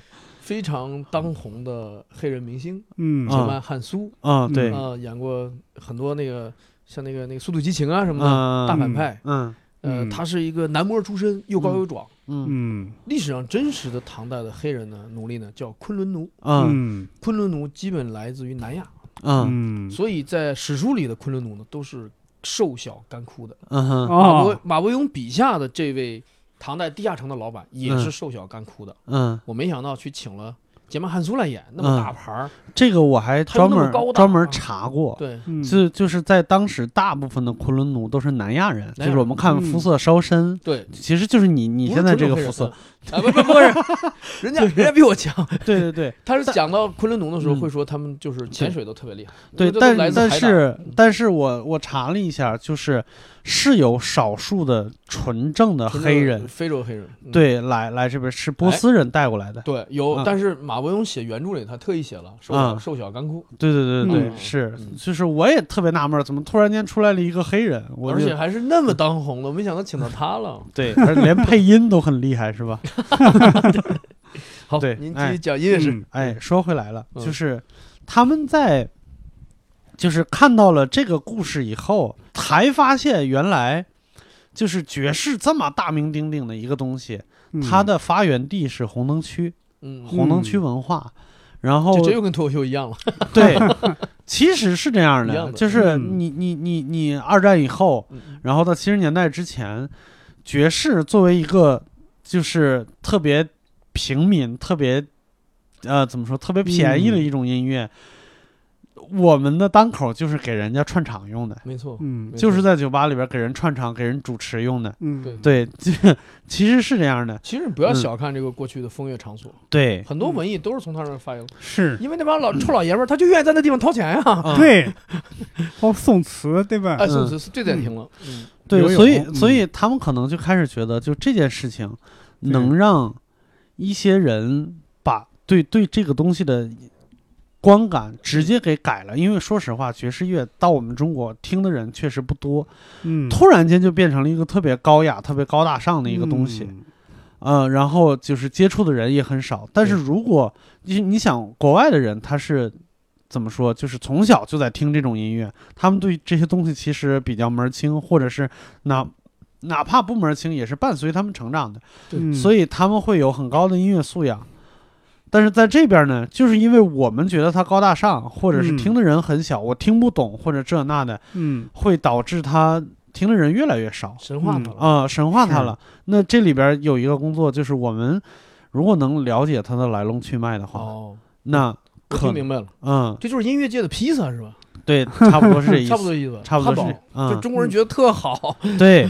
非常当红的黑人明星，嗯什啊么汉苏啊对，啊，演过很多那个像那个那个《速度与激情》啊什么的大嗯反派。嗯呃，嗯他是一个男模出身，又高又壮。嗯嗯历史上真实的唐代的黑人呢，奴隶呢叫昆仑奴，嗯嗯昆仑奴基本来自于南亚，嗯嗯，所以在史书里的昆仑奴呢都是瘦小干枯的。嗯哼马伯哦，马伯庸笔下的这位唐代地下城的老板也是瘦小干枯的。嗯，我没想到去请了杰玛汉苏来演，那么大牌儿，这个我还他又专那么门高大专门啊查过，对，嗯就就是在当时，大部分的昆仑奴都是南亚人，南亚就是我们看肤色稍深，对，其实就是你你不是现在这纯个种黑肤人色， 啊，不不不是，人 家人家比我强。对对 对他是讲到昆仑奴的时候，嗯会说他们就是潜水都特别厉害，对，因为都但来自但海岛是但是我我查了一下，就是是有少数的纯正的纯黑种人，非洲黑人，嗯对来来这边是波斯人带过来的，对嗯有，但是马伯庸写原著里他特意写了瘦嗯小瘦小干枯，对对对对，嗯是嗯就是我也特别纳闷儿，怎么突然间出来了一个黑人，我而就且还是那么当红的，我没想到请到他了。对，而且连配音都很厉害，是吧？好，对您继哎续讲音乐史。嗯哎，说回来了，嗯就是他们在就是看到了这个故事以后，才发现原来就是爵士这么大名鼎鼎的一个东西，嗯它的发源地是红灯区，嗯，红灯区嗯文化。然后这这又跟脱口秀一样了。 对，其实是这样一样的，的就是嗯你你你你二战以后，嗯然后到七十年代之前，爵士作为一个就是特别平民、特别呃怎么说特别便嗯宜的一种音乐。我们的单口就是给人家串场用的，没错，嗯没错就是在酒吧里边给人串场、给人主持用的。嗯，对对， 这其实是这样的。其实不要嗯小看这个过去的风月场所，对，很多文艺都是从他这儿发源，是，因为那帮老臭老爷们儿，他就愿意在那地方掏钱呀、啊。嗯对，包括宋词，对吧？哎，是嗯是是，这点听了，嗯，对，游泳所以嗯所以他们可能就开始觉得，就这件事情对能让一些人把对对这个东西的观感直接给改了。因为说实话，爵士乐到我们中国听的人确实不多，嗯，突然间就变成了一个特别高雅、特别高大上的一个东西。嗯嗯，然后就是接触的人也很少。但是如果你你想，国外的人他是怎么说？就是从小就在听这种音乐，他们对这些东西其实比较门儿清，或者是哪哪怕不门儿清，也是伴随他们成长的，嗯所以他们会有很高的音乐素养。但是在这边呢，就是因为我们觉得它高大上，或者是嗯听的人很小，我听不懂或者这那的，嗯，会导致他听的人越来越少。神话他了，啊、神化它是了。那这里边儿有一个工作，就是我们如果能了解它的来龙去脉的话，哦，那我可听明白了，嗯，这就是音乐界的披萨是吧？对，差不 多是这意差不思，多意思，差不多是汉，堡，就嗯嗯，中国人觉得特好，对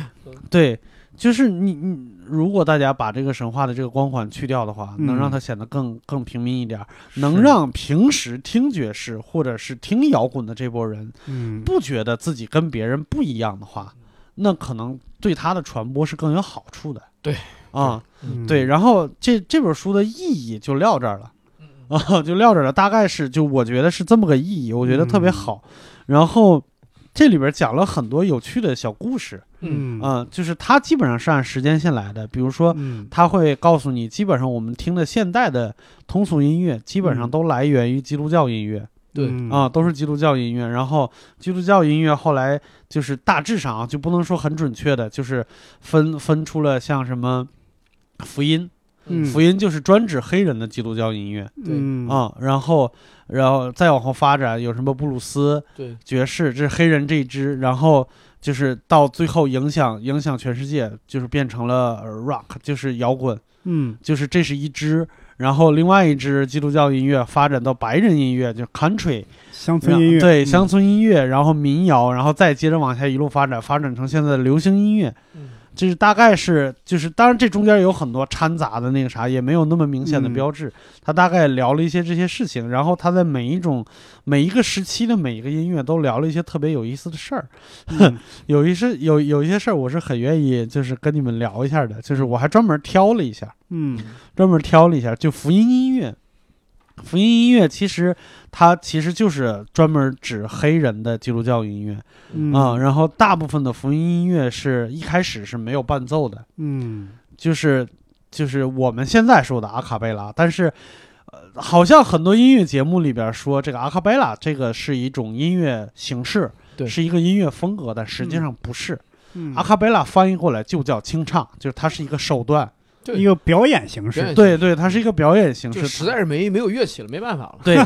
对，就是你你。如果大家把这个神话的这个光环去掉的话，能让嗯它显得更更平民一点儿，能让平时听爵士或者是听摇滚的这波人嗯不觉得自己跟别人不一样嗯的话，那可能对它的传播是更有好处的。对啊、嗯对，然后这这本书的意义就撂这儿了啊，就撂这儿了。大概是就我觉得是这么个意义，我觉得特别嗯好。然后这里边讲了很多有趣的小故事，嗯，嗯、就是它基本上是按时间线来的，比如说。嗯它会告诉你，基本上我们听的现代的通俗音乐，基本上嗯都来源于基督教音乐对，啊、都是基督教音乐。然后基督教音乐后来就是大致上啊，就不能说很准确的，就是分分出了像什么福音，嗯福音就是专指黑人的基督教音乐对嗯啊、然后，然后再往后发展有什么布鲁斯、对，爵士，这是黑人这一支，然后就是到最后影响影响全世界，就是变成了呃 rock，就是摇滚，嗯就是这是一支。然后另外一支基督教音乐发展到白人音乐，就是 country，乡村音乐对嗯乡村音乐，然后民谣，然后再接着往下一路发展，发展成现在的流行音乐。嗯就是大概是，就是当然这中间有很多掺杂的那个啥，也没有那么明嗯显的标志。他大概聊了一些这些事情，然后他在每一种每一个时期的每一个音乐都聊了一些特别有意思的事儿。嗯 有一是有有一些事儿，我是很愿意就是跟你们聊一下的，就是我还专门挑了一下，嗯专门挑了一下，就福音音乐。福音音乐其实它其实就是专门指黑人的基督教音乐嗯啊、然后大部分的福音音乐是一开始是没有伴奏的。嗯就是就是我们现在说的阿卡贝拉，但是。呃，好像很多音乐节目里边说这个阿卡贝拉，这个是一种音乐形式，对是一个音乐风格，但实际上不是。嗯啊阿卡贝拉翻译过来就叫清唱，就是它是一个手段，一个表演形式，对对，它是一个表演形就式。是实在是没没有乐器了，没办法了， 对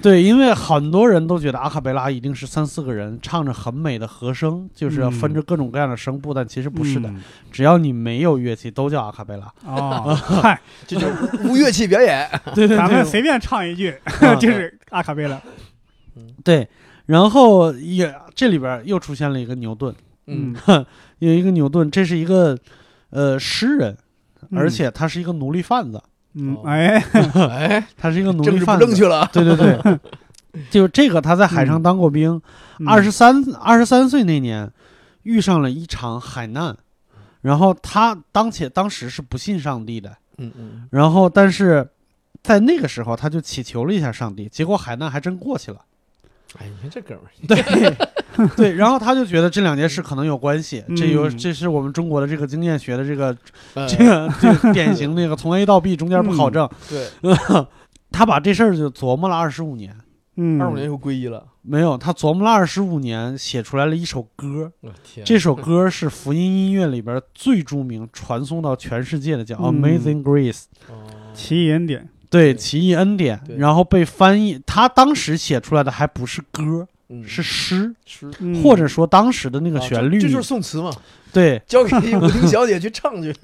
对，因为很多人都觉得阿卡贝拉一定是三四个人唱着很美的和声，就是嗯分着各种各样的声部，但其实不是的，嗯只要你没有乐器都叫阿卡贝拉。 哦，嗨，这就是无乐器表演。对对对，咱们 随便唱一句， 嗯就是阿卡贝拉，对，然后也这里边儿又出现了一个牛顿，嗯，有一个牛顿，这是一个呃诗人，嗯而且他是一个奴隶贩子，嗯哦，哎，哎，他是一个奴政隶治贩不子。正确了，对对对，就这个他在海上当过兵，嗯二十三二十三岁那年遇上了一场海难，然后他当且当时是不信上帝的，嗯嗯，然后但是在那个时候他就祈求了一下上帝，结果海难还真过去了。哎，你看这哥们儿，对对，然后他就觉得这两件事可能有关系，这有嗯这是我们中国的这个经验学的这个呃 这个这个典型那个从 A 到 B 中间不考证， 对，他把这事儿就琢磨了二十五年，嗯，二五年以后皈依了，没有，他琢磨了二十五年，写出来了一首歌，我天，这首歌是福音音乐里边最著名、传送到全世界的，叫《嗯 Amazing Grace》。哦奇异恩典，对，对奇异恩典对，然后被翻译，他当时写出来的还不是歌，嗯是诗，诗，嗯或者说当时的那个啊这旋律，这就是宋词 嘛，对，交给舞厅小姐去唱 去。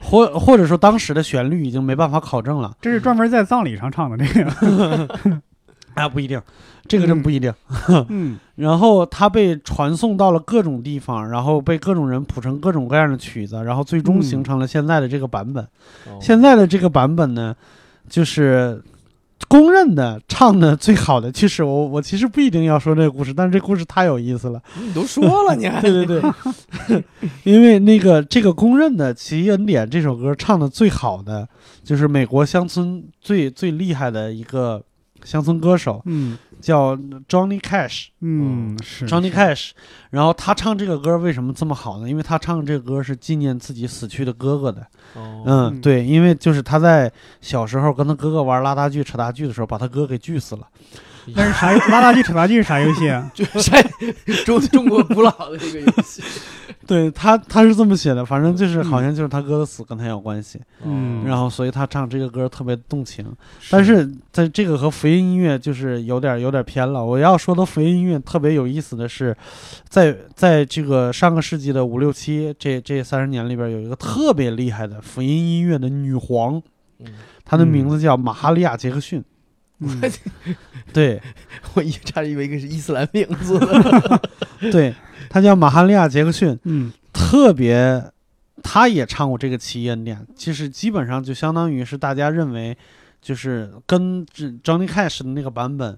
或或者说当时的旋律已经没办法考证了。这是专门在葬礼上唱的这个，啊，不一定，这个真嗯不一定。 嗯然后它被传送到了各种地方，然后被各种人谱成各种各样的曲子，然后最终嗯形成了现在的这个版本。哦哦现在的这个版本呢，就是公认的唱的最好的。其实我我其实不一定要说这个故事，但是这故事太有意 思了。你都说了，你还对对对， 因为那个这个公认的《奇恩典》这首歌唱的最好的，就是美国乡村最最厉害的一个乡村歌手，嗯叫 Johnny Cash。嗯，是 Johnny Cash，然后他唱这个歌为什么这么好呢？因为他唱这个歌是纪念自己死去的哥哥的。 哦，嗯，嗯对，因为就是他在小时候跟他哥哥玩拉大锯、扯大锯的时候，把他哥给锯死了。那是啥？拉大锯、扯大锯是啥游 戏啊？就晒中中国古老的一个游 戏。对他，他是这么写的，反正就是好像就是他哥的死跟他有关系，嗯哦然后所以他唱这个歌特别动情。但是在这个和福音音乐就是有点有点偏了。我要说的福音音乐特别有意思的是，在在这个上个世纪的五六七这这三十年里边，有一个特别厉害的福音音乐的女皇，嗯她的名字叫玛哈利亚·杰克逊。嗯对我一差点以为一个是伊斯兰名字呢， 对，她叫玛哈利亚·杰克逊， 嗯特别，她也唱过这个《奇异恩典》，其实基本上就相当于是大家认为，就是跟这 Johnny Cash 的那个版本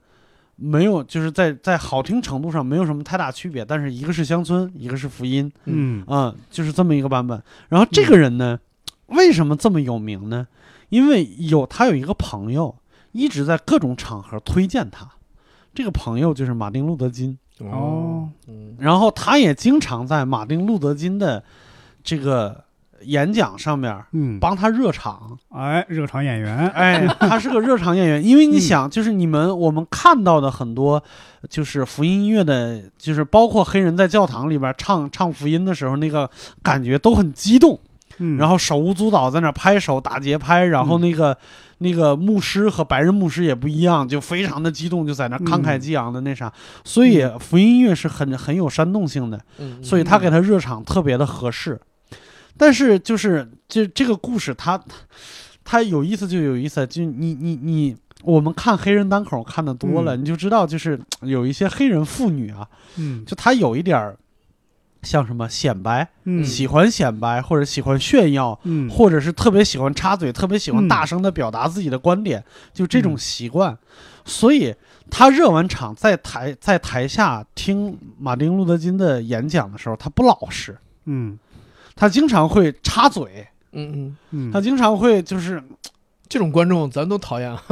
没有，就是在在好听程度上没有什么太大区别，但是一个是乡村，一个是福音，嗯啊、就是这么一个版本。然后这个人呢，为什么这么有名呢？因为有他有一个朋友一直在各种场合推荐他，这个朋友就是马丁·路德·金。哦，嗯然后他也经常在马丁·路德·金的这个演讲上面嗯，帮他热场。哎，热场演员，哎， 他是个热场演员，因为你想，就是你们我们看到的很多，就是福音音乐的，就是包括黑人在教堂里边唱唱福音的时候，那个感觉都很激动，嗯，然后手舞足蹈在那拍手打节拍，然后那个、那个牧师和白人牧师也不一样，就非常的激动，就在那慷慨激昂的那啥，所以福音音乐是很很有煽动性的。嗯所以他给他热场特别的合适。但是就是这这个故事它，它它有意思就有意思，就你你你，我们看黑人单口看的多了，嗯你就知道，就是有一些黑人妇女啊，嗯就她有一点儿像什么显摆，嗯喜欢显摆或者喜欢炫耀。嗯或者是特别喜欢插嘴，特别喜欢嗯大声的表达自己的观点，就这种嗯习惯。所以他热完场，在台在台下听马丁路德金的演讲的时候，他不老实，嗯他经常会插嘴，嗯嗯，嗯，他经常会就是、这种观众咱都讨厌啊。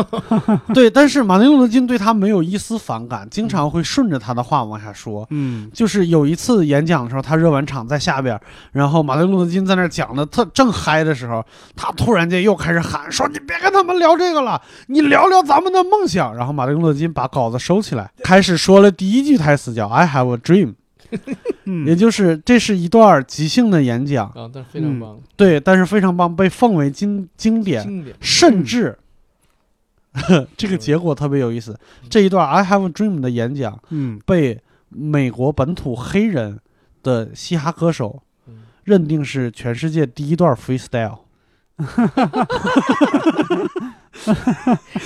对，但是马丁路德金对他没有一丝反感，经常会顺着他的话往下说。嗯就是有一次演讲的时候，他热完场在下边儿，然后马丁路德金在那儿讲的特正嗨的时候，他突然间又开始喊说：“你别跟他们聊这个了，你聊聊咱们的梦想。”然后马丁路德金把稿子收起来，开始说了第一句台词叫 “I have a dream”，嗯，也就是这是一段即兴的演讲，啊，但是非常嗯棒，对，但是非常棒，被奉为经经典，经典。甚至。嗯 这个结果特别有意思。这一段 “I have a dream” 的演讲嗯被美国本土黑人的嘻哈歌手嗯认定是全世界第一段 freestyle。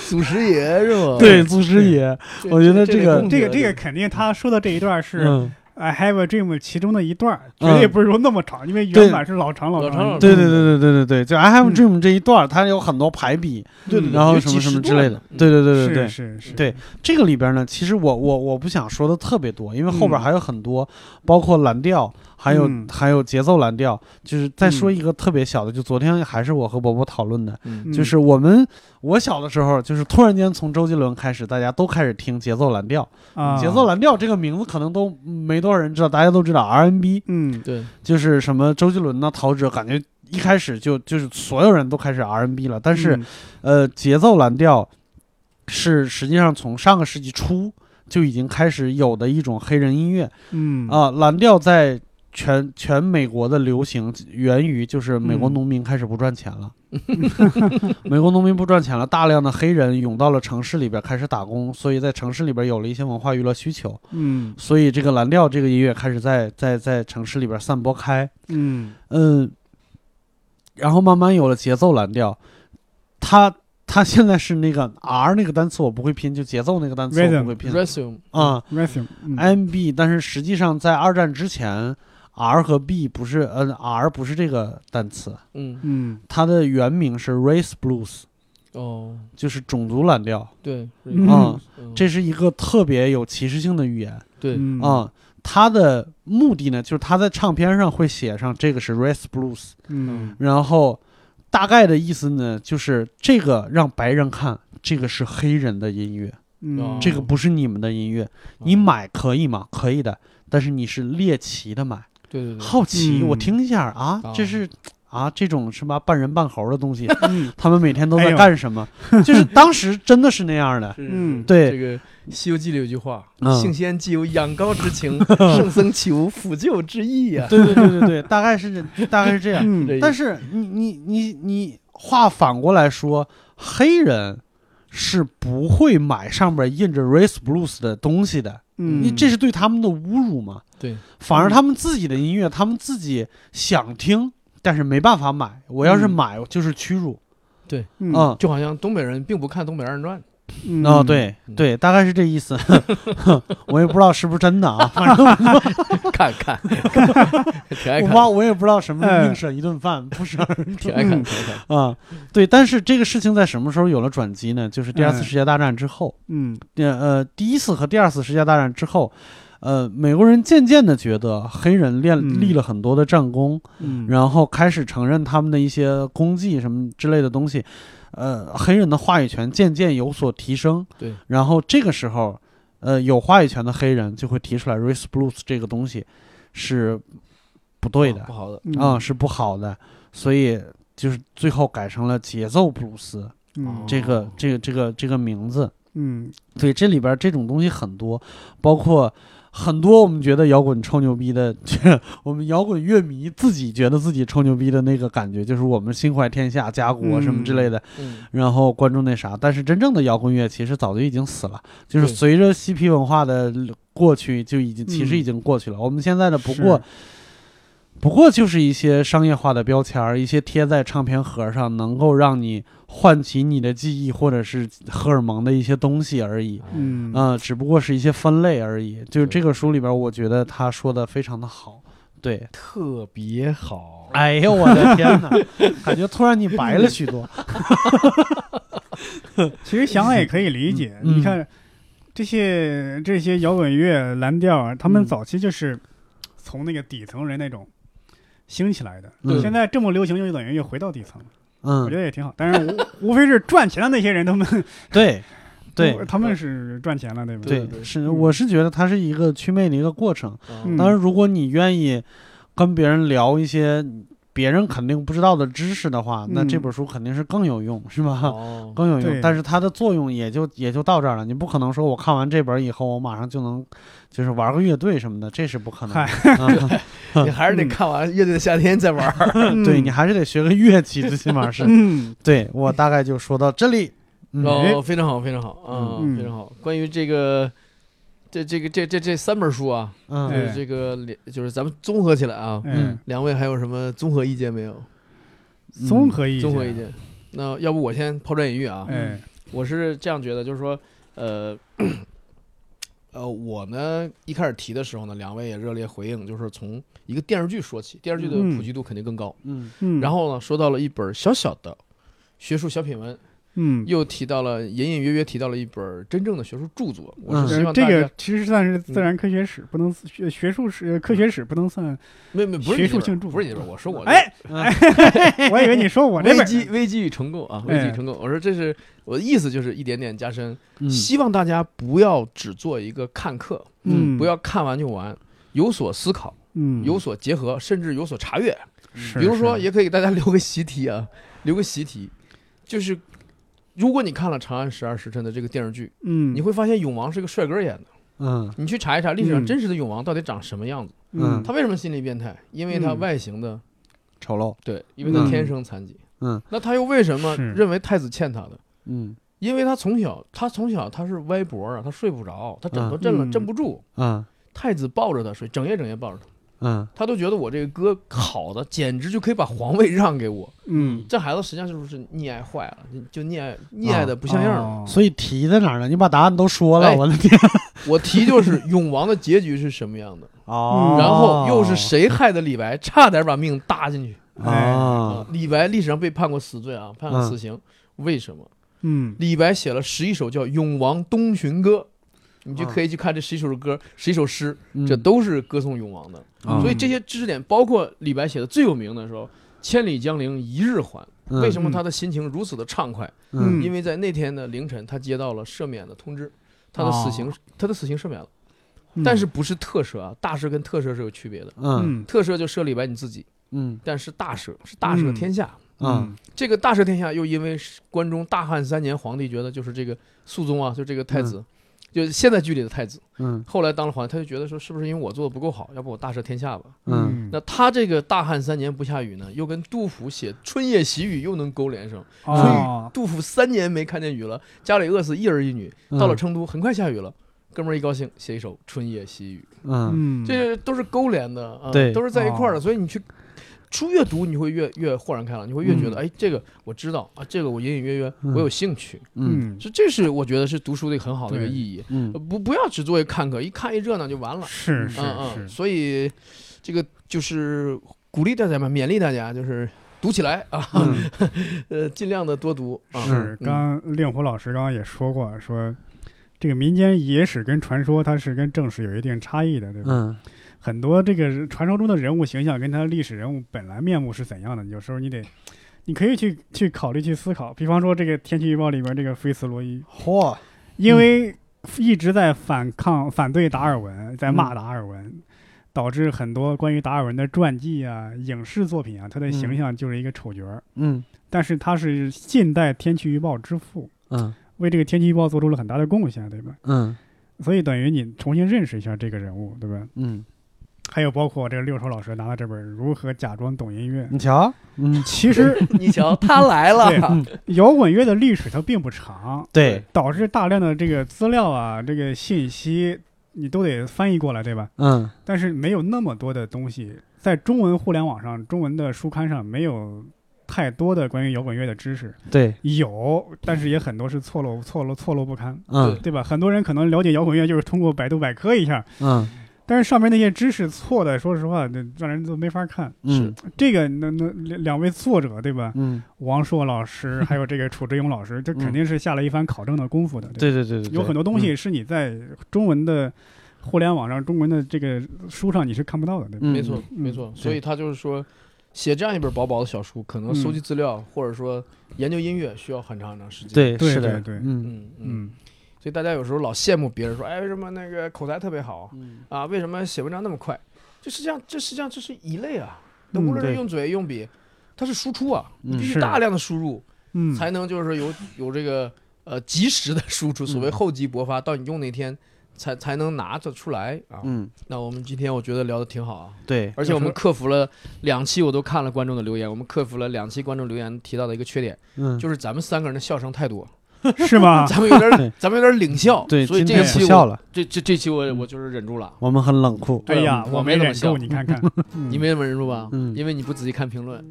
祖师爷哦是吧？对，祖师爷，这，我觉得这个功这德个这个肯定，他说的这一段是哎《嗯， I Have a Dream》其中的一段儿，绝嗯对不是说那么长，因为对原版是老长老长长嗯老的。对对对对对对对，就 I have a dream 这一段，它有很多排比，对对对然嗯后有什么几什十么之段类的呢。嗯对对对对是对，是是，对这个里边呢，其实我我我不想说的特别多，因为后边嗯还有很多，包括蓝调，还有、嗯还有节奏蓝调，就是再说一个特别小的，就昨天还是我和伯伯讨论的，嗯嗯就是我们我小的时候，就是突然间从周杰伦开始，大家都开始听节奏蓝调。啊，节奏蓝调这个名字可能都没多少人知道，大家都知道 R&B，嗯对，就是什么周杰伦呐、陶喆，感觉一开始就就是所有人都开始 R&B 了。但是、嗯呃，节奏蓝调是实际上从上个世纪初就已经开始有的一种黑人音乐嗯啊啊、蓝调在全全美国的流行源于就是美国嗯农民开始不赚钱了，美国农民不赚钱了，大量的黑人涌到了城市里边开始打工，所以在城市里边有了一些文化娱乐需求，嗯所以这个蓝调这个音乐开始在在在城市里边散播开，嗯嗯，然后慢慢有了节奏蓝调，它它现在是那个 R 那个单词我不会拼，就节奏那个单词我 Rhythm 不会拼 resume 啊、 ，resume，嗯 m b 但是实际上在二战之前，R 和 B 不是，嗯、r 不是这个单词，嗯嗯它的原名是 Race Blues，哦就是种族蓝调对嗯啊、嗯这是一个特别有歧视性的语言啊、对嗯，它的目的呢，就是它在唱片上会写上这个是 Race Blues，嗯然后大概的意思呢，就是这个让白人看，这个是黑人的音乐，嗯，这个不是你们的音乐，你买可以吗？可以的，但是你是猎奇的买。对对对好奇，嗯我听一下啊啊，这是啊这种什么半人半猴的东西，嗯他们每天都哎在呦干什么？就是当时真的是那样的， 是嗯这对，个《西游记》里有句话嗯：“性仙既有仰高之情， 圣僧岂无抚救之意呀对对对对对，大概是这大概是这样。嗯这但是你你你你话反过来说，黑人是不会买上边印着 race blues 的东西的，嗯，你这是对他们的侮辱嘛？”对，反而他们自己的音乐，他们自己想听，但是没办法买。我要是嗯买，就是屈辱嗯 啊。就好像东北人并不看东北二人 转，嗯哦，，对嗯对，大概是这意思， 我也不知道是不是真的啊，反正看 看，挺爱我看妈，我也不知道什么是哎宁舍一顿饭，不是挺爱看，挺爱看。啊，对，但是这个事情在什么时候有了转机呢？就是第二次嗯世界大战之后，嗯呃呃，第一次和第二次世界大战之后。呃，美国人渐渐的觉得黑人练嗯立了很多的战功，嗯，然后开始承认他们的一些功绩什么之类的东西，呃，黑人的话语权渐渐有所提升。对，然后这个时候，呃，有话语权的黑人就会提出来 race blues 这个东西是不对的不好的，嗯啊、是不好的，所以就是最后改成了节奏布鲁斯嗯这个哦这个这个这个名字。嗯对，这里边这种东西很多，包括很多我们觉得摇滚臭牛逼的，我们摇滚乐迷自己觉得自己臭牛逼的那个感觉，就是我们心怀天下、家国什么之类的，嗯，然后关注那啥。但是真正的摇滚乐其实早就已经死了，就是对随着嬉皮文化的过去，就已经其嗯实已经过去了。我们现在的不过是。不过就是一些商业化的标签儿，一些贴在唱片盒上，能够让你唤起你的记忆或者是荷尔蒙的一些东西而已。嗯，嗯嗯，只不过是一些分类而已。就对是这个书里边，我觉得他说的非常的好。 对，特别好。哎呦我的天哪，感觉突然你白了许 多。其实想想也可以理解，嗯你看这些这些摇滚乐、蓝调啊，他们嗯早期就是从那个底层人那种兴起来的。嗯现在这么流行，就等于又回到底层了，我觉嗯，得也挺好。但是无无非是赚钱的那些人，他们对，对，他们是赚钱了，对吧？对对，对是，嗯我是觉得它是一个祛魅的一个过程。 嗯当然，如果你愿意跟别人聊一些别人肯定不知道的知识的话，那这嗯本书肯定是更有用，是吧？哦， 更有用，对但是它的作用也就也就到这儿了。你不可能说我看完这本以后，我马上就能就是玩个乐队什么的，嗯这是不可能的。你还是得看完《乐队的夏天》再玩儿。嗯、嗯对你还是得学个乐器，最起码是。嗯对我大概就说到这里。嗯，哦，非常好，非常好，嗯，嗯非常好。关于这个，这这个这这这三本书啊，嗯就哎是这个两，就是咱们综合起来啊，嗯，两位还有什么综合意见没有？嗯综合意见，综合意，见。那要不我先抛砖引玉啊，哎，我是这样觉得，就是说，呃， 呃，我呢一开始提的时候呢，两位也热烈回应，就是从一个电视剧说起，电视剧的嗯普及度肯定更高。嗯嗯，然后呢，说到了一本小小的学术小品文，嗯，又提到了隐隐约约提到了一本真正的学术著作。我嗯是希望呃这大个家嗯其实算是自然科学史，不能学学术史、呃科学史不能算。没没不是学你这术本性著不是你作这本，我说我这哎，哎，我以为你说我这危本机危机与成功啊，危机与哎成功。我说这是我的意思，就是一点点加深。嗯希望大家不要只做一个看课，嗯，不要看完就完，有所思考，嗯有所结合，甚至有所查阅。是比如说，是也可以给大家留个习题啊， 留个习题，就是如果你看了《长安十二时辰》的这个电视剧，嗯，你会发现永王是个帅哥演的。嗯你去查一查历史上嗯真实的永王到底长什么样子，嗯他为什么心理变态？因为他嗯外形的，丑陋，对，因为他嗯天生残疾。嗯那他又为什么是认为太子欠他的？嗯因为他从小，他从小他是歪脖啊，他睡不着，他枕头震了、嗯震不住，嗯太子抱着他睡，整夜整夜抱着他，嗯他都觉得我这个哥好的，简直就可以把皇位让给我。嗯，这孩子实际上就是溺爱坏了，就溺爱溺爱的不像样了。哦所以题在哪儿呢？你把答案都说了，哎我的天！我提就是永王的结局是什么样的， 哦，然后又是谁害的李白，差点把命搭进去啊啊？？李白历史上被判过死罪啊，判过死刑，为什么？嗯，李白写了十一首叫《永王东巡歌》，你啊就可以去看这十一首歌、十一首诗，嗯这都是歌颂永王的。嗯所以这些知识点，包括李白写的最有名的时候。千里江陵一日还，为什么他的心情如此的畅快？嗯嗯因为在那天的凌晨，他接到了赦免的通知，他的死刑，他的死刑赦免了。嗯但是不是特赦啊？大赦跟特赦是有区别的，嗯嗯特赦就赦李白你自己，嗯但是大赦是大赦天下。嗯这个大赦天下又因为是关中大汉三年，皇帝觉得就是这个肃宗啊，就这个太子，就是现在剧里的太子，嗯后来当了皇帝，他就觉得说是不是因为我做的不够好，要不我大赦天下吧？嗯那他这个大汉三年不下雨呢，又跟杜甫写《春夜喜雨》又能勾连上。哦，杜甫三年没看见雨了，家里饿死一儿一女，嗯到了成都很快下雨了，哥们儿一高兴写一首《春夜喜雨》。嗯嗯，这些都是勾连的，啊，对哦都是在一块儿的，所以你去。书越读，你会越越豁然开朗，你会越觉得，哎，这个我知道啊，这个我隐隐约约嗯我有兴趣，嗯嗯是这是我觉得是读书的一个很好的一个对意义，嗯呃不不要只作为看客，一看一热闹就完了，是是嗯嗯，是，所以这个就是鼓励大家嘛，勉励大家就是读起来啊，嗯呃，尽量的多读啊，是，嗯刚令狐老师刚刚也说过，说这个民间野史跟传说，它是跟正史有一定差异的，对吧？嗯很多这个传说中的人物形象跟他历史人物本来面目是怎样的，有时候你得，你可以去去考虑去思考。比方说这个天气预报里边这个菲茨罗伊，嚯因为一直在反抗、反对达尔文，在骂达尔文。导致很多关于达尔文的传记啊、影视作品啊，他的形嗯象就是一个丑角儿。嗯但是他是近代天气预报之父，嗯为这个天气预报做出了很大的贡献，对吧？嗯所以等于你重新认识一下这个人物，对吧？嗯，还有包括这个六叔老师拿了这本《如何假装懂音乐》，你瞧，嗯其实你瞧，他来了，摇滚乐的历史它并不长，对，导致大量的这个资料啊、这个信息你都得翻译过来，对吧？嗯但是没有那么多的东西在中文互联网上、中文的书刊上没有太多的关于摇滚乐的知识，对，有，但是也很多是错漏、错漏、错漏不堪。嗯对吧？很多人可能了解摇滚乐就是通过百度百科一下，嗯但是上面那些知识错的，说实话，那让人都没法看。嗯这个那那两两位作者对吧？嗯，王朔老师还有这个楚志勇老师，这肯定是下了一番考证的功夫的。吧对对对对，有很多东西是你在中文的互联网上、中文的这个书上你是看不到的，对吧？嗯，没错，嗯没错。所以他就是说，写这样一本薄薄的小书，可能嗯收集资料、或者说研究音乐需要很长很长时间。，对对是的，对对嗯嗯嗯。嗯所以大家有时候老羡慕别人说，哎，为什么那个口才特别好嗯啊？为什么写文章那么快？这实际上，这实际上这是一类啊。那嗯无论是对用嘴用笔，它是输出啊，嗯你必须是大量的输入，嗯，才能就是有有这个呃及时的输嗯出，所谓厚积薄发，到你用那天才才能拿得出来啊。嗯那我们今天我觉得聊得挺好啊。对，而且我们克服了两期，我都看了观众的留言，我们克服了两期观众留言提到的一个缺点，嗯就是咱们三个人的笑声太 多，是 吗？咱们有点对，咱们有点领笑，对，所以这今天一期不我笑了，嗯这这这期我我就是忍住了，我们很 冷酷，哎呀，我没没怎么忍笑住，你看看，嗯你没怎么忍住吧？嗯因为你不仔细看评论，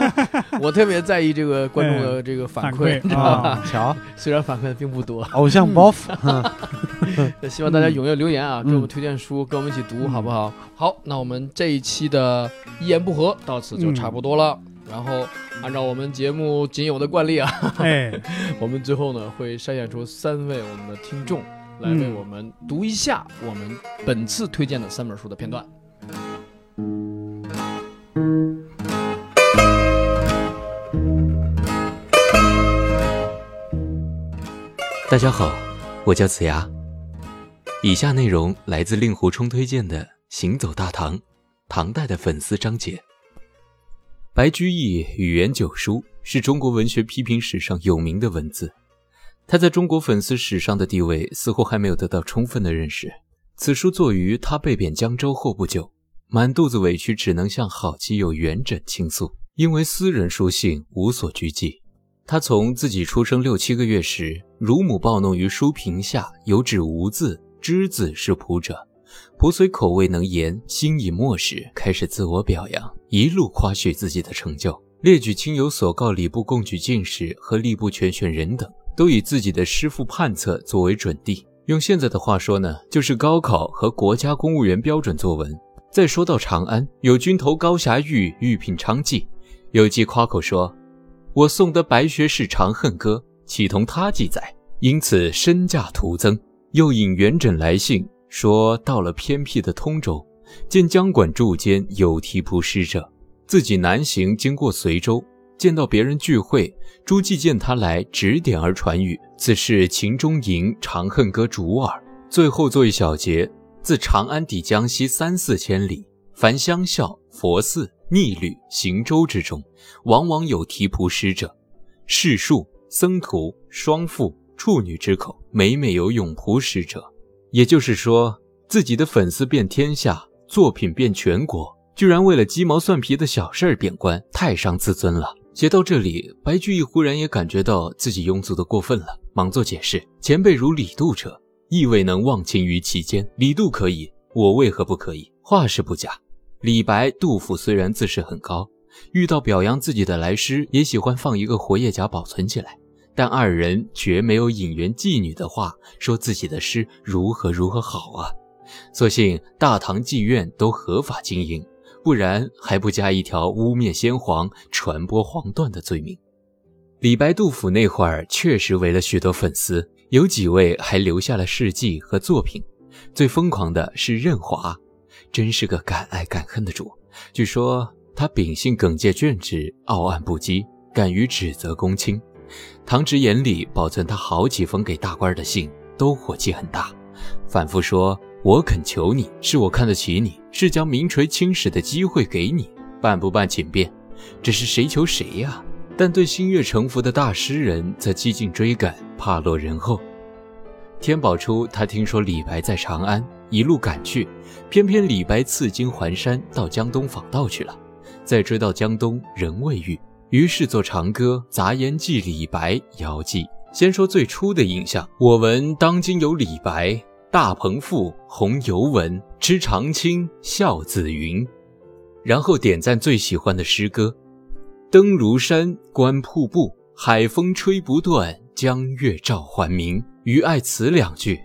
我特别在意这个观众哎的这个反馈，馈啊，瞧，虽然反馈并不多，偶 像嗯包袱，希望大家踊跃留言啊，嗯给我们推荐书，跟我们一起读，嗯好不好？好，那我们这一期的一言不合到此就差不多了，然后按照我们节目仅有的惯例啊。 哎，我们最后呢会筛选出三位我们的听众，来嗯为我们读一下我们本次推荐的三本书的片段。大家好，我叫子牙。以下内容来自令狐冲推荐的《行走大唐》，唐代的粉丝章节。白居易《语言九书》是中国文学批评史上有名的文字，他在中国粉丝史上的地位似乎还没有得到充分的认识。此书作于他被贬江州后不久，满肚子委屈只能向好基友元稹倾诉，因为私人书信无所拘忌。他从自己出生六七个月时，乳母暴怒于书评下有指无字，知字是仆者。仆虽口未能言，心已漠视，开始自我表扬，一路夸许自己的成就，列举亲友所告礼部贡举进士和吏部全选人等，都以自己的师傅判策作为准地。用现在的话说呢，就是高考和国家公务员标准作文。再说到长安，有军头高侠玉，玉品昌妓，有记夸口说：“我诵得白学士《长恨歌》，岂同他记载？”因此身价徒增。又引元稹来信说，到了偏僻的通州，见江管柱间有题仆诗者，自己南行经过随州，见到别人聚会，朱季见他来，指点而传语：“此是秦中吟《长恨歌》主耳。”最后做一小节：自长安抵江西三四千里，凡乡校、佛寺、逆旅、行舟之中，往往有题仆诗者，士庶、僧徒、双妇、处女之口，每每有咏仆诗者。也就是说，自己的粉丝遍天下，作品遍全国，居然为了鸡毛蒜皮的小事儿贬官，太伤自尊了。写到这里，白居易忽然也感觉到自己庸俗的过分了，忙作解释：前辈如李杜者，亦未能忘情于其间。李杜可以，我为何不可以？话是不假。李白、杜甫虽然自视很高，遇到表扬自己的来诗，也喜欢放一个活页夹保存起来，但二人绝没有引援妓女的话，说自己的诗如何如何好啊。所幸大唐妓院都合法经营，不然还不加一条污蔑先皇、传播黄段的罪名。李白、杜甫那会儿确实围了许多粉丝，有几位还留下了事迹和作品。最疯狂的是任华，真是个敢爱敢恨的主。据说他秉性耿介正直，傲岸不羁，敢于指责公卿。唐直眼里保存他好几封给大官儿的信，都火气很大，反复说：“我恳求你，是我看得起你，是将名垂青史的机会给你，办不办请便。”只是谁求谁呀、但对心悦诚服的大诗人则激进追赶，怕落人后。天宝初，他听说李白在长安，一路赶去，偏偏李白赐经还山，到江东访道去了。再追到江东，仍未遇，于是作《长歌》《杂言记》李白遥寄。先说最初的印象，我闻当今有李白，大鹏赋，鸿游文，知长卿，笑子云。然后点赞最喜欢的诗歌，登庐山，观瀑布，海风吹不断，江月照还明。余爱此两句：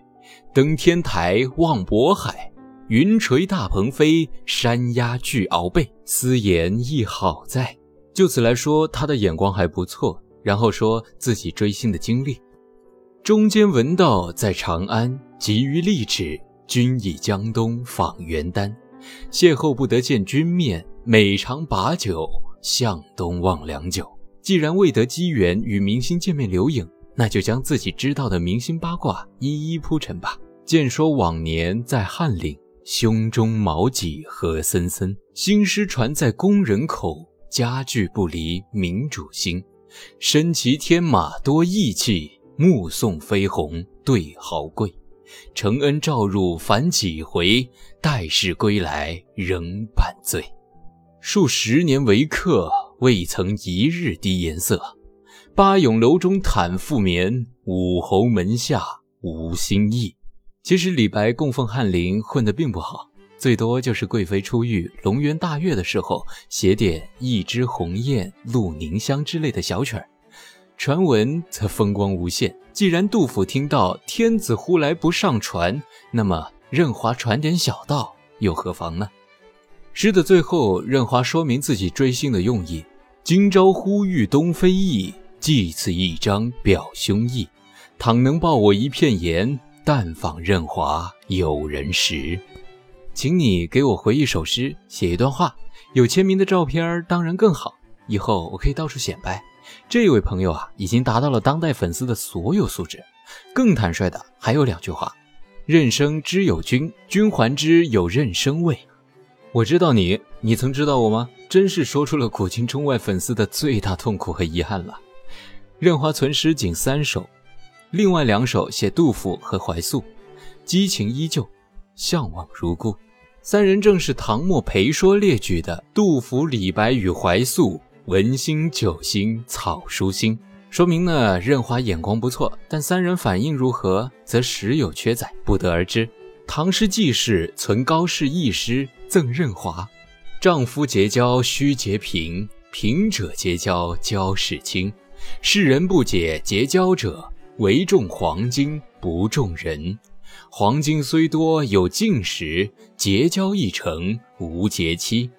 登天台，望渤海，云垂大鹏飞，山鸦俱敖背。斯言亦好哉。就此来说，他的眼光还不错。然后说自己追星的经历，中间闻道在长安，急于立旨，君以江东访元丹。邂逅不得见君面，每尝把酒，向东望良久。既然未得机缘与明星见面留影，那就将自己知道的明星八卦一一铺陈吧。见说往年在翰林，胸中毛戟何森森；新诗传在宫人口，家具不离民主心。身骑天马多义气，目送飞鸿对豪贵。承恩照入凡几回，待世归来仍半醉。数十年为客，未曾一日低颜色。八咏楼中袒覆眠，五侯门下无新意。其实李白供奉翰林混得并不好，最多就是贵妃出狱、龙颜大悦的时候写点“一枝红艳露凝香”之类的小曲儿。传闻则风光无限。既然杜甫听到“天子呼来不上船”，那么任华传点小道又何妨呢？诗的最后，任华说明自己追星的用意：“今朝呼吁东非议，寄此一张表兄意。倘能报我一片言，但访任华有人识。”请你给我回一首诗，写一段话，有签名的照片儿当然更好。以后我可以到处显摆。这位朋友啊，已经达到了当代粉丝的所有素质。更坦率的还有两句话：“任生之有君，君还之有任生味。”我知道你，你曾知道我吗？真是说出了古今中外粉丝的最大痛苦和遗憾了。任华存诗仅三首，另外两首写杜甫和怀素，激情依旧，向往如故。三人正是唐末裴说列举的杜甫、李白与怀素，文心、酒心、草书心，说明呢任华眼光不错，但三人反应如何，则时有缺载，不得而知。唐诗纪事存高适一诗赠任华：“丈夫结交须结平，平者结交交是亲。世人不解结交者，唯重黄金不重人。黄金虽多有尽时，结交易成无结期。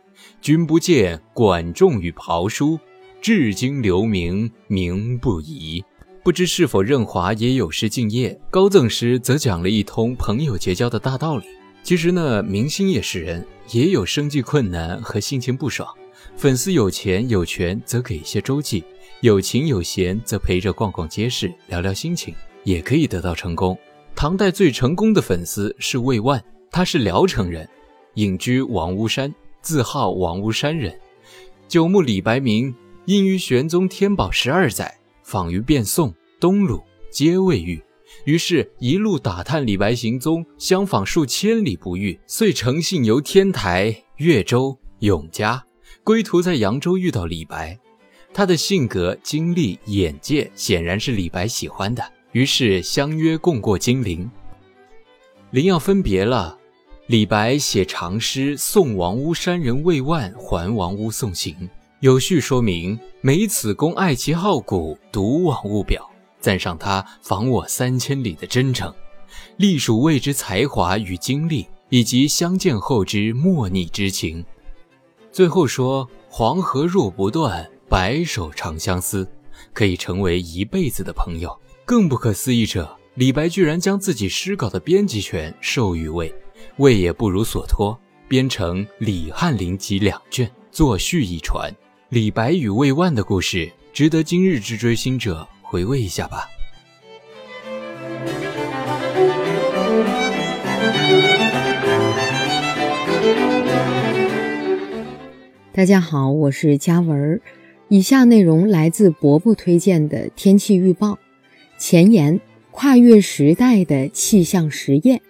君不见管仲与刨书，至今留名名不移。不知是否任华也有失敬业，高赠师则讲了一通朋友结交的大道理。其实呢，明星也是人，也有生计困难和心情不爽。粉丝有钱有权，则给一些周济；有情有闲，则陪着逛逛街市，聊聊心情，也可以得到成功。唐代最成功的粉丝是魏万，他是聊城人，隐居王屋山，自号王屋山人。九牧李白明，因于玄宗天宝十二载，访于汴宋、东鲁，皆未遇。于是，一路打探李白行踪，相访数千里不遇，遂乘信游天台、越州、永嘉，归途在扬州遇到李白。他的性格、经历、眼界显然是李白喜欢的，于是相约共过金陵。临要分别了，李白写长诗送王屋山人魏万还王屋送行，有序说明：每此公爱其好古，独往勿表。赞赏他访我三千里的真诚，隶属谓之才华与经历，以及相见后之莫逆之情。最后说“黄河若不断，白首长相思”，可以成为一辈子的朋友。更不可思议者，李白居然将自己诗稿的编辑权授予魏，魏也不如所托，编成《李翰林集》两卷，作序一传。李白与魏万的故事，值得今日之追星者回味一下吧。大家好，我是佳文儿。以下内容来自伯伯推荐的天气预报。前言：跨越时代的气象实验。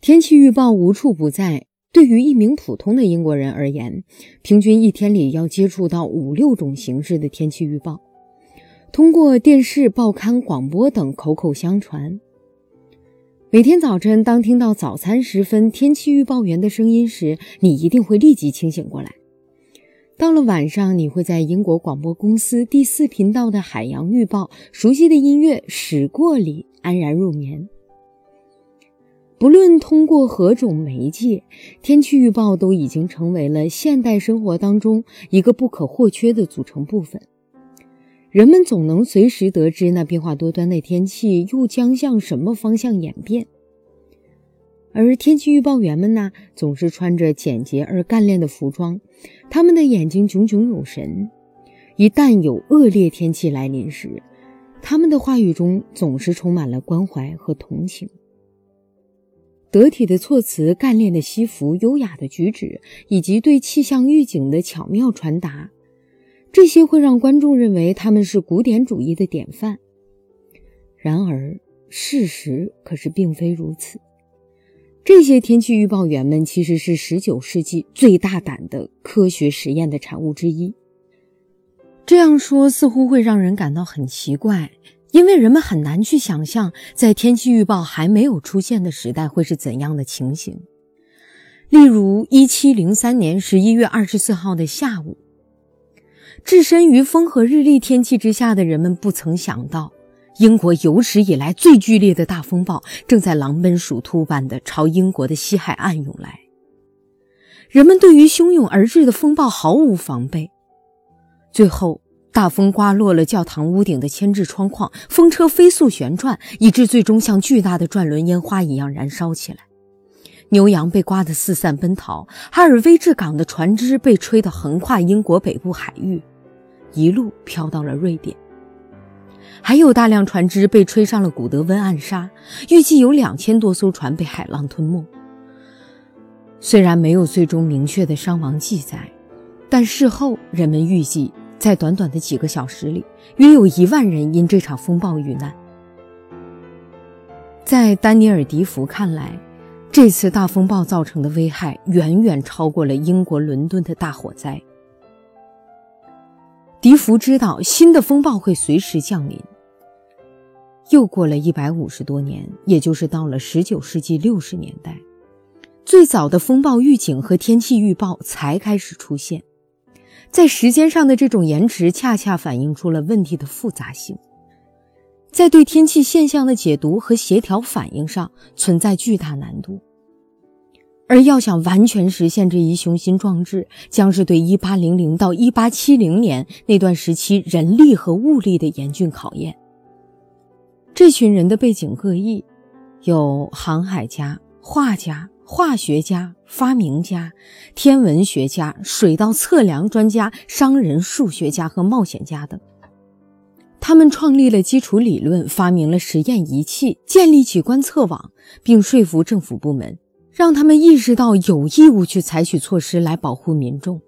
天气预报无处不在。对于一名普通的英国人而言，平均一天里要接触到五六种形式的天气预报，通过电视、报刊、广播等口口相传。每天早晨，当听到早餐时分天气预报员的声音时，你一定会立即清醒过来。到了晚上，你会在英国广播公司第四频道的海洋预报、熟悉的音乐驶过里安然入眠。不论通过何种媒介，天气预报都已经成为了现代生活当中一个不可或缺的组成部分。人们总能随时得知那变化多端的天气又将向什么方向演变。而天气预报员们呢，总是穿着简洁而干练的服装，他们的眼睛炯炯有神。一旦有恶劣天气来临时，他们的话语中总是充满了关怀和同情。得体的措辞、干练的西服、优雅的举止，以及对气象预警的巧妙传达，这些会让观众认为他们是古典主义的典范。然而，事实可是并非如此。这些天气预报员们其实是19世纪最大胆的科学实验的产物之一。这样说似乎会让人感到很奇怪，因为人们很难去想象，在天气预报还没有出现的时代会是怎样的情形。例如，1703年11月24号的下午，置身于风和日丽天气之下的人们不曾想到，英国有史以来最剧烈的大风暴正在狼奔鼠突般的朝英国的西海岸涌来。人们对于汹涌而至的风暴毫无防备，最后，大风刮落了教堂屋顶的铅制窗框，风车飞速旋转，以致最终像巨大的转轮烟花一样燃烧起来。牛羊被刮得四散奔逃，哈尔威治港的船只被吹得横跨英国北部海域，一路飘到了瑞典。还有大量船只被吹上了古德温暗沙，预计有两千多艘船被海浪吞没。虽然没有最终明确的伤亡记载，但事后人们预计，在短短的几个小时里，约有一万人因这场风暴遇难。在丹尼尔·迪福看来，这次大风暴造成的危害远远超过了英国伦敦的大火灾。迪福知道新的风暴会随时降临。又过了一百五十多年，也就是到了十九世纪六十年代，最早的风暴预警和天气预报才开始出现。在时间上的这种延迟，恰恰反映出了问题的复杂性，在对天气现象的解读和协调反应上存在巨大难度。而要想完全实现这一雄心壮志，将是对1800到1870年那段时期人力和物力的严峻考验。这群人的背景各异，有航海家、画家、化学家、发明家、天文学家、水稻测量专家、商人、数学家和冒险家等。他们创立了基础理论，发明了实验仪器，建立起观测网，并说服政府部门。让他们意识到有义务去采取措施来保护民众。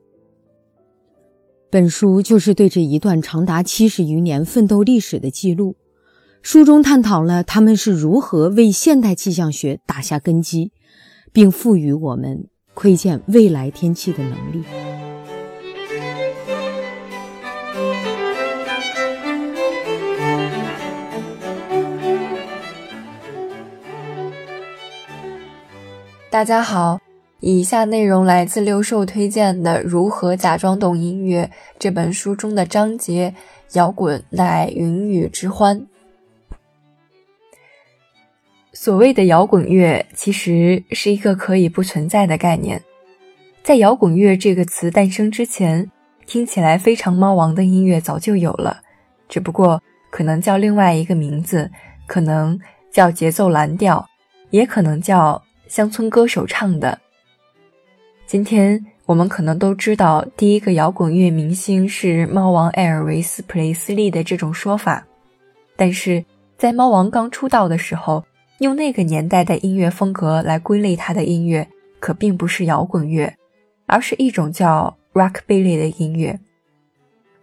本书就是对这一段长达七十余年奋斗历史的记录。书中探讨了他们是如何为现代气象学打下根基，并赋予我们窥见未来天气的能力。大家好，以下内容来自六兽推荐的《如何假装懂音乐》这本书中的章节：摇滚乃云雨之欢。所谓的摇滚乐，其实是一个可以不存在的概念。在“摇滚乐”这个词诞生之前，听起来非常猫王的音乐早就有了，只不过可能叫另外一个名字，可能叫节奏蓝调，也可能叫。乡村歌手唱的。今天我们可能都知道，第一个摇滚乐明星是猫王艾尔维斯·普雷斯利的这种说法，但是在猫王刚出道的时候，用那个年代的音乐风格来归类他的音乐，可并不是摇滚乐，而是一种叫 rockabilly 的音乐。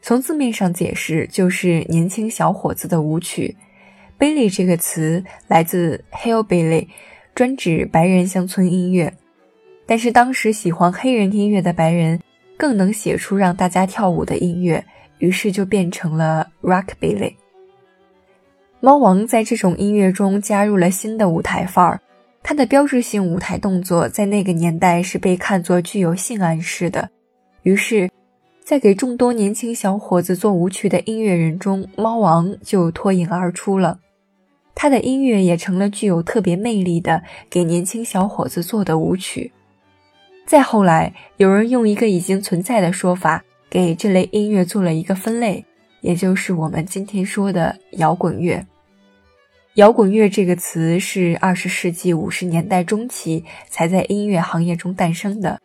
从字面上解释，就是年轻小伙子的舞曲。“billy” 这个词来自 “hillbilly”。专指白人乡村音乐，但是当时喜欢黑人音乐的白人更能写出让大家跳舞的音乐，于是就变成了 rockabilly。猫王在这种音乐中加入了新的舞台范儿，他的标志性舞台动作在那个年代是被看作具有性暗示的，于是，在给众多年轻小伙子做舞曲的音乐人中，猫王就脱颖而出了。他的音乐也成了具有特别魅力的给年轻小伙子做的舞曲。再后来，有人用一个已经存在的说法给这类音乐做了一个分类，也就是我们今天说的摇滚乐。摇滚乐这个词是二十世纪五十年代中期才在音乐行业中诞生的，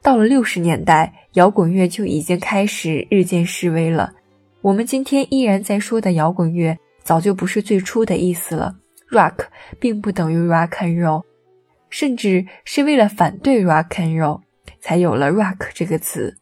到了六十年代，摇滚乐就已经开始日渐式微了。我们今天依然在说的摇滚乐。早就不是最初的意思了。Rock 并不等于 rock and roll，甚至是为了反对 rock and roll，才有了 rock 这个词。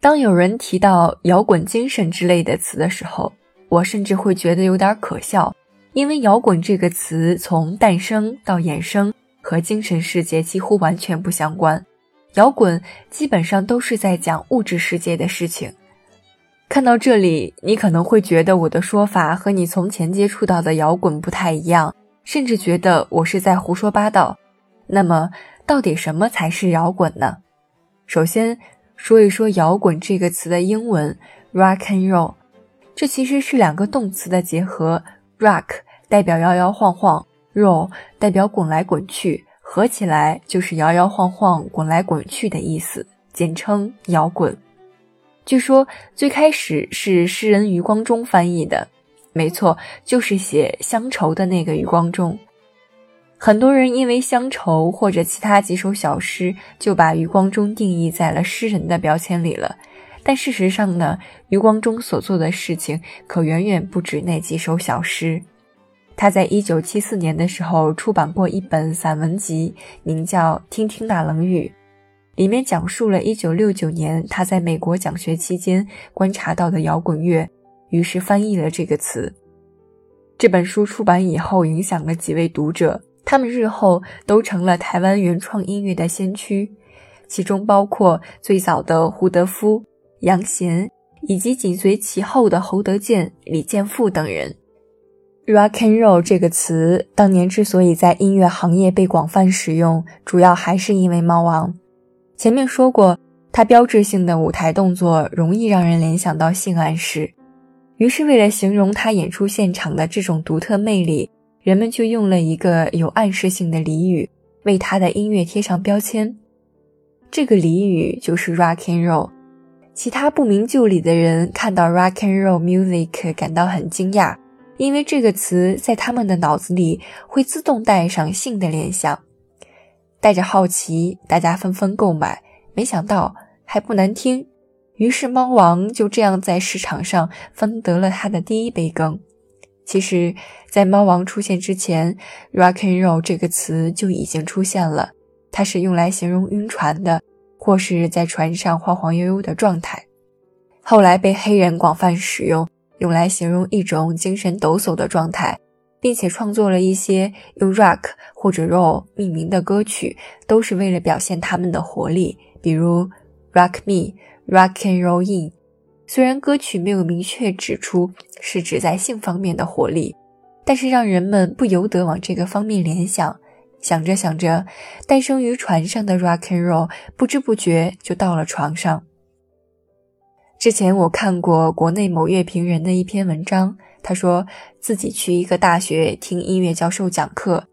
当有人提到摇滚精神之类的词的时候，我甚至会觉得有点可笑，因为摇滚这个词从诞生到衍生和精神世界几乎完全不相关。摇滚基本上都是在讲物质世界的事情。看到这里，你可能会觉得我的说法和你从前接触到的摇滚不太一样，甚至觉得我是在胡说八道。那么，到底什么才是摇滚呢？首先说一说“摇滚”这个词的英文 “rock and roll”，这其实是两个动词的结合，“rock” 代表摇摇晃晃，“roll” 代表滚来滚去，合起来就是摇摇晃晃、滚来滚去的意思，简称摇滚。据说最开始是诗人余光中翻译的，没错，就是写乡愁的那个余光中。很多人因为乡愁或者其他几首小诗，就把余光中定义在了诗人的标签里了。但事实上呢，余光中所做的事情可远远不止那几首小诗。他在一九七四年的时候出版过一本散文集，名叫《听听那冷雨》。里面讲述了1969年他在美国讲学期间观察到的摇滚乐，于是翻译了这个词。这本书出版以后，影响了几位读者，他们日后都成了台湾原创音乐的先驱，其中包括最早的胡德夫、杨贤，以及紧随其后的侯德健、李健富等人。Rock and roll 这个词当年之所以在音乐行业被广泛使用，主要还是因为猫王。前面说过，它标志性的舞台动作容易让人联想到性暗示，于是为了形容他演出现场的这种独特魅力，人们就用了一个有暗示性的俚语，为他的音乐贴上标签。这个俚语就是 rock and roll。其他不明就里的人看到 rock and roll music 感到很惊讶。因为这个词在他们的脑子里会自动带上性的联想，带着好奇，大家纷纷购买。没想到还不难听，于是猫王就这样在市场上分得了他的第一杯羹。其实，在猫王出现之前，“rock and roll” 这个词就已经出现了，它是用来形容晕船的，或是在船上晃晃悠悠的状态。后来被黑人广泛使用。用来形容一种精神抖擞的状态，并且创作了一些用 rock 或者 roll 命名的歌曲，都是为了表现他们的活力，比如 Rock Me、Rock and Roll In。虽然歌曲没有明确指出是指在性方面的活力，但是让人们不由得往这个方面联想。想着想着，诞生于船上的 rock and roll，不知不觉就到了床上。之前我看过国内某乐评人的一篇文章，他说自己去一个大学听音乐教授讲课，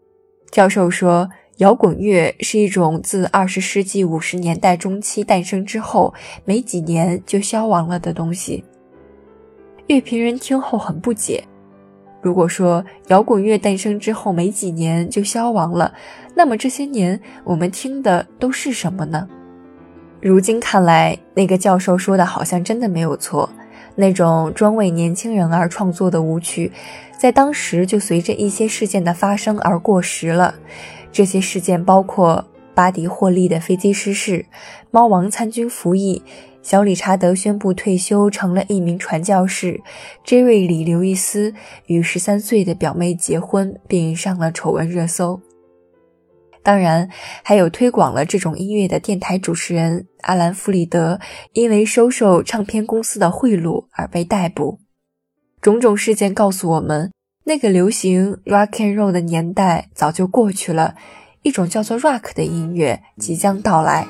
教授说摇滚乐是一种自二十世纪五十年代中期诞生之后没几年就消亡了的东西。乐评人听后很不解，如果说摇滚乐诞生之后没几年就消亡了，那么这些年我们听的都是什么呢？如今看来，那个教授说的好像真的没有错。那种专为年轻人而创作的舞曲，在当时就随着一些事件的发生而过时了。这些事件包括巴迪霍利的飞机失事、猫王参军服役、小理查德宣布退休成了一名传教士、杰瑞里·刘易斯与十三岁的表妹结婚并上了丑闻热搜。当然，还有推广了这种音乐的电台主持人阿兰·弗里德，因为收受唱片公司的贿赂而被逮捕。种种事件告诉我们，那个流行 rock and roll 的年代早就过去了，一种叫做 rock 的音乐即将到来。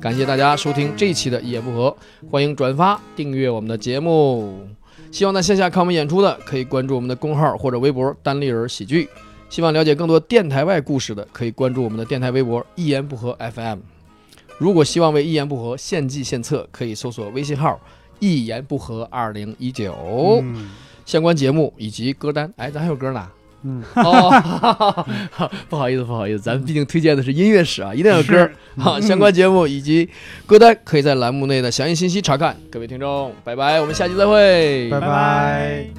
感谢大家收听这一期的《一言不合》，欢迎转发、订阅我们的节目。希望在线下看我们演出的，可以关注我们的公号或者微博“单立人喜剧”。希望了解更多电台外故事的，可以关注我们的电台微博“一言不合 FM”。如果希望为“一言不合”献计献策，可以搜索微信号“一言不合二零一九”嗯相关节目以及歌单。哎，咱还有歌呢。嗯， 哦， 不好意思，不好意思，咱们毕竟推荐的是音乐史啊，一定要有歌 儿啊。相关节目以及歌单可以在栏目内的详细信息查看。各位听众，拜拜，我们下期再会，拜拜拜。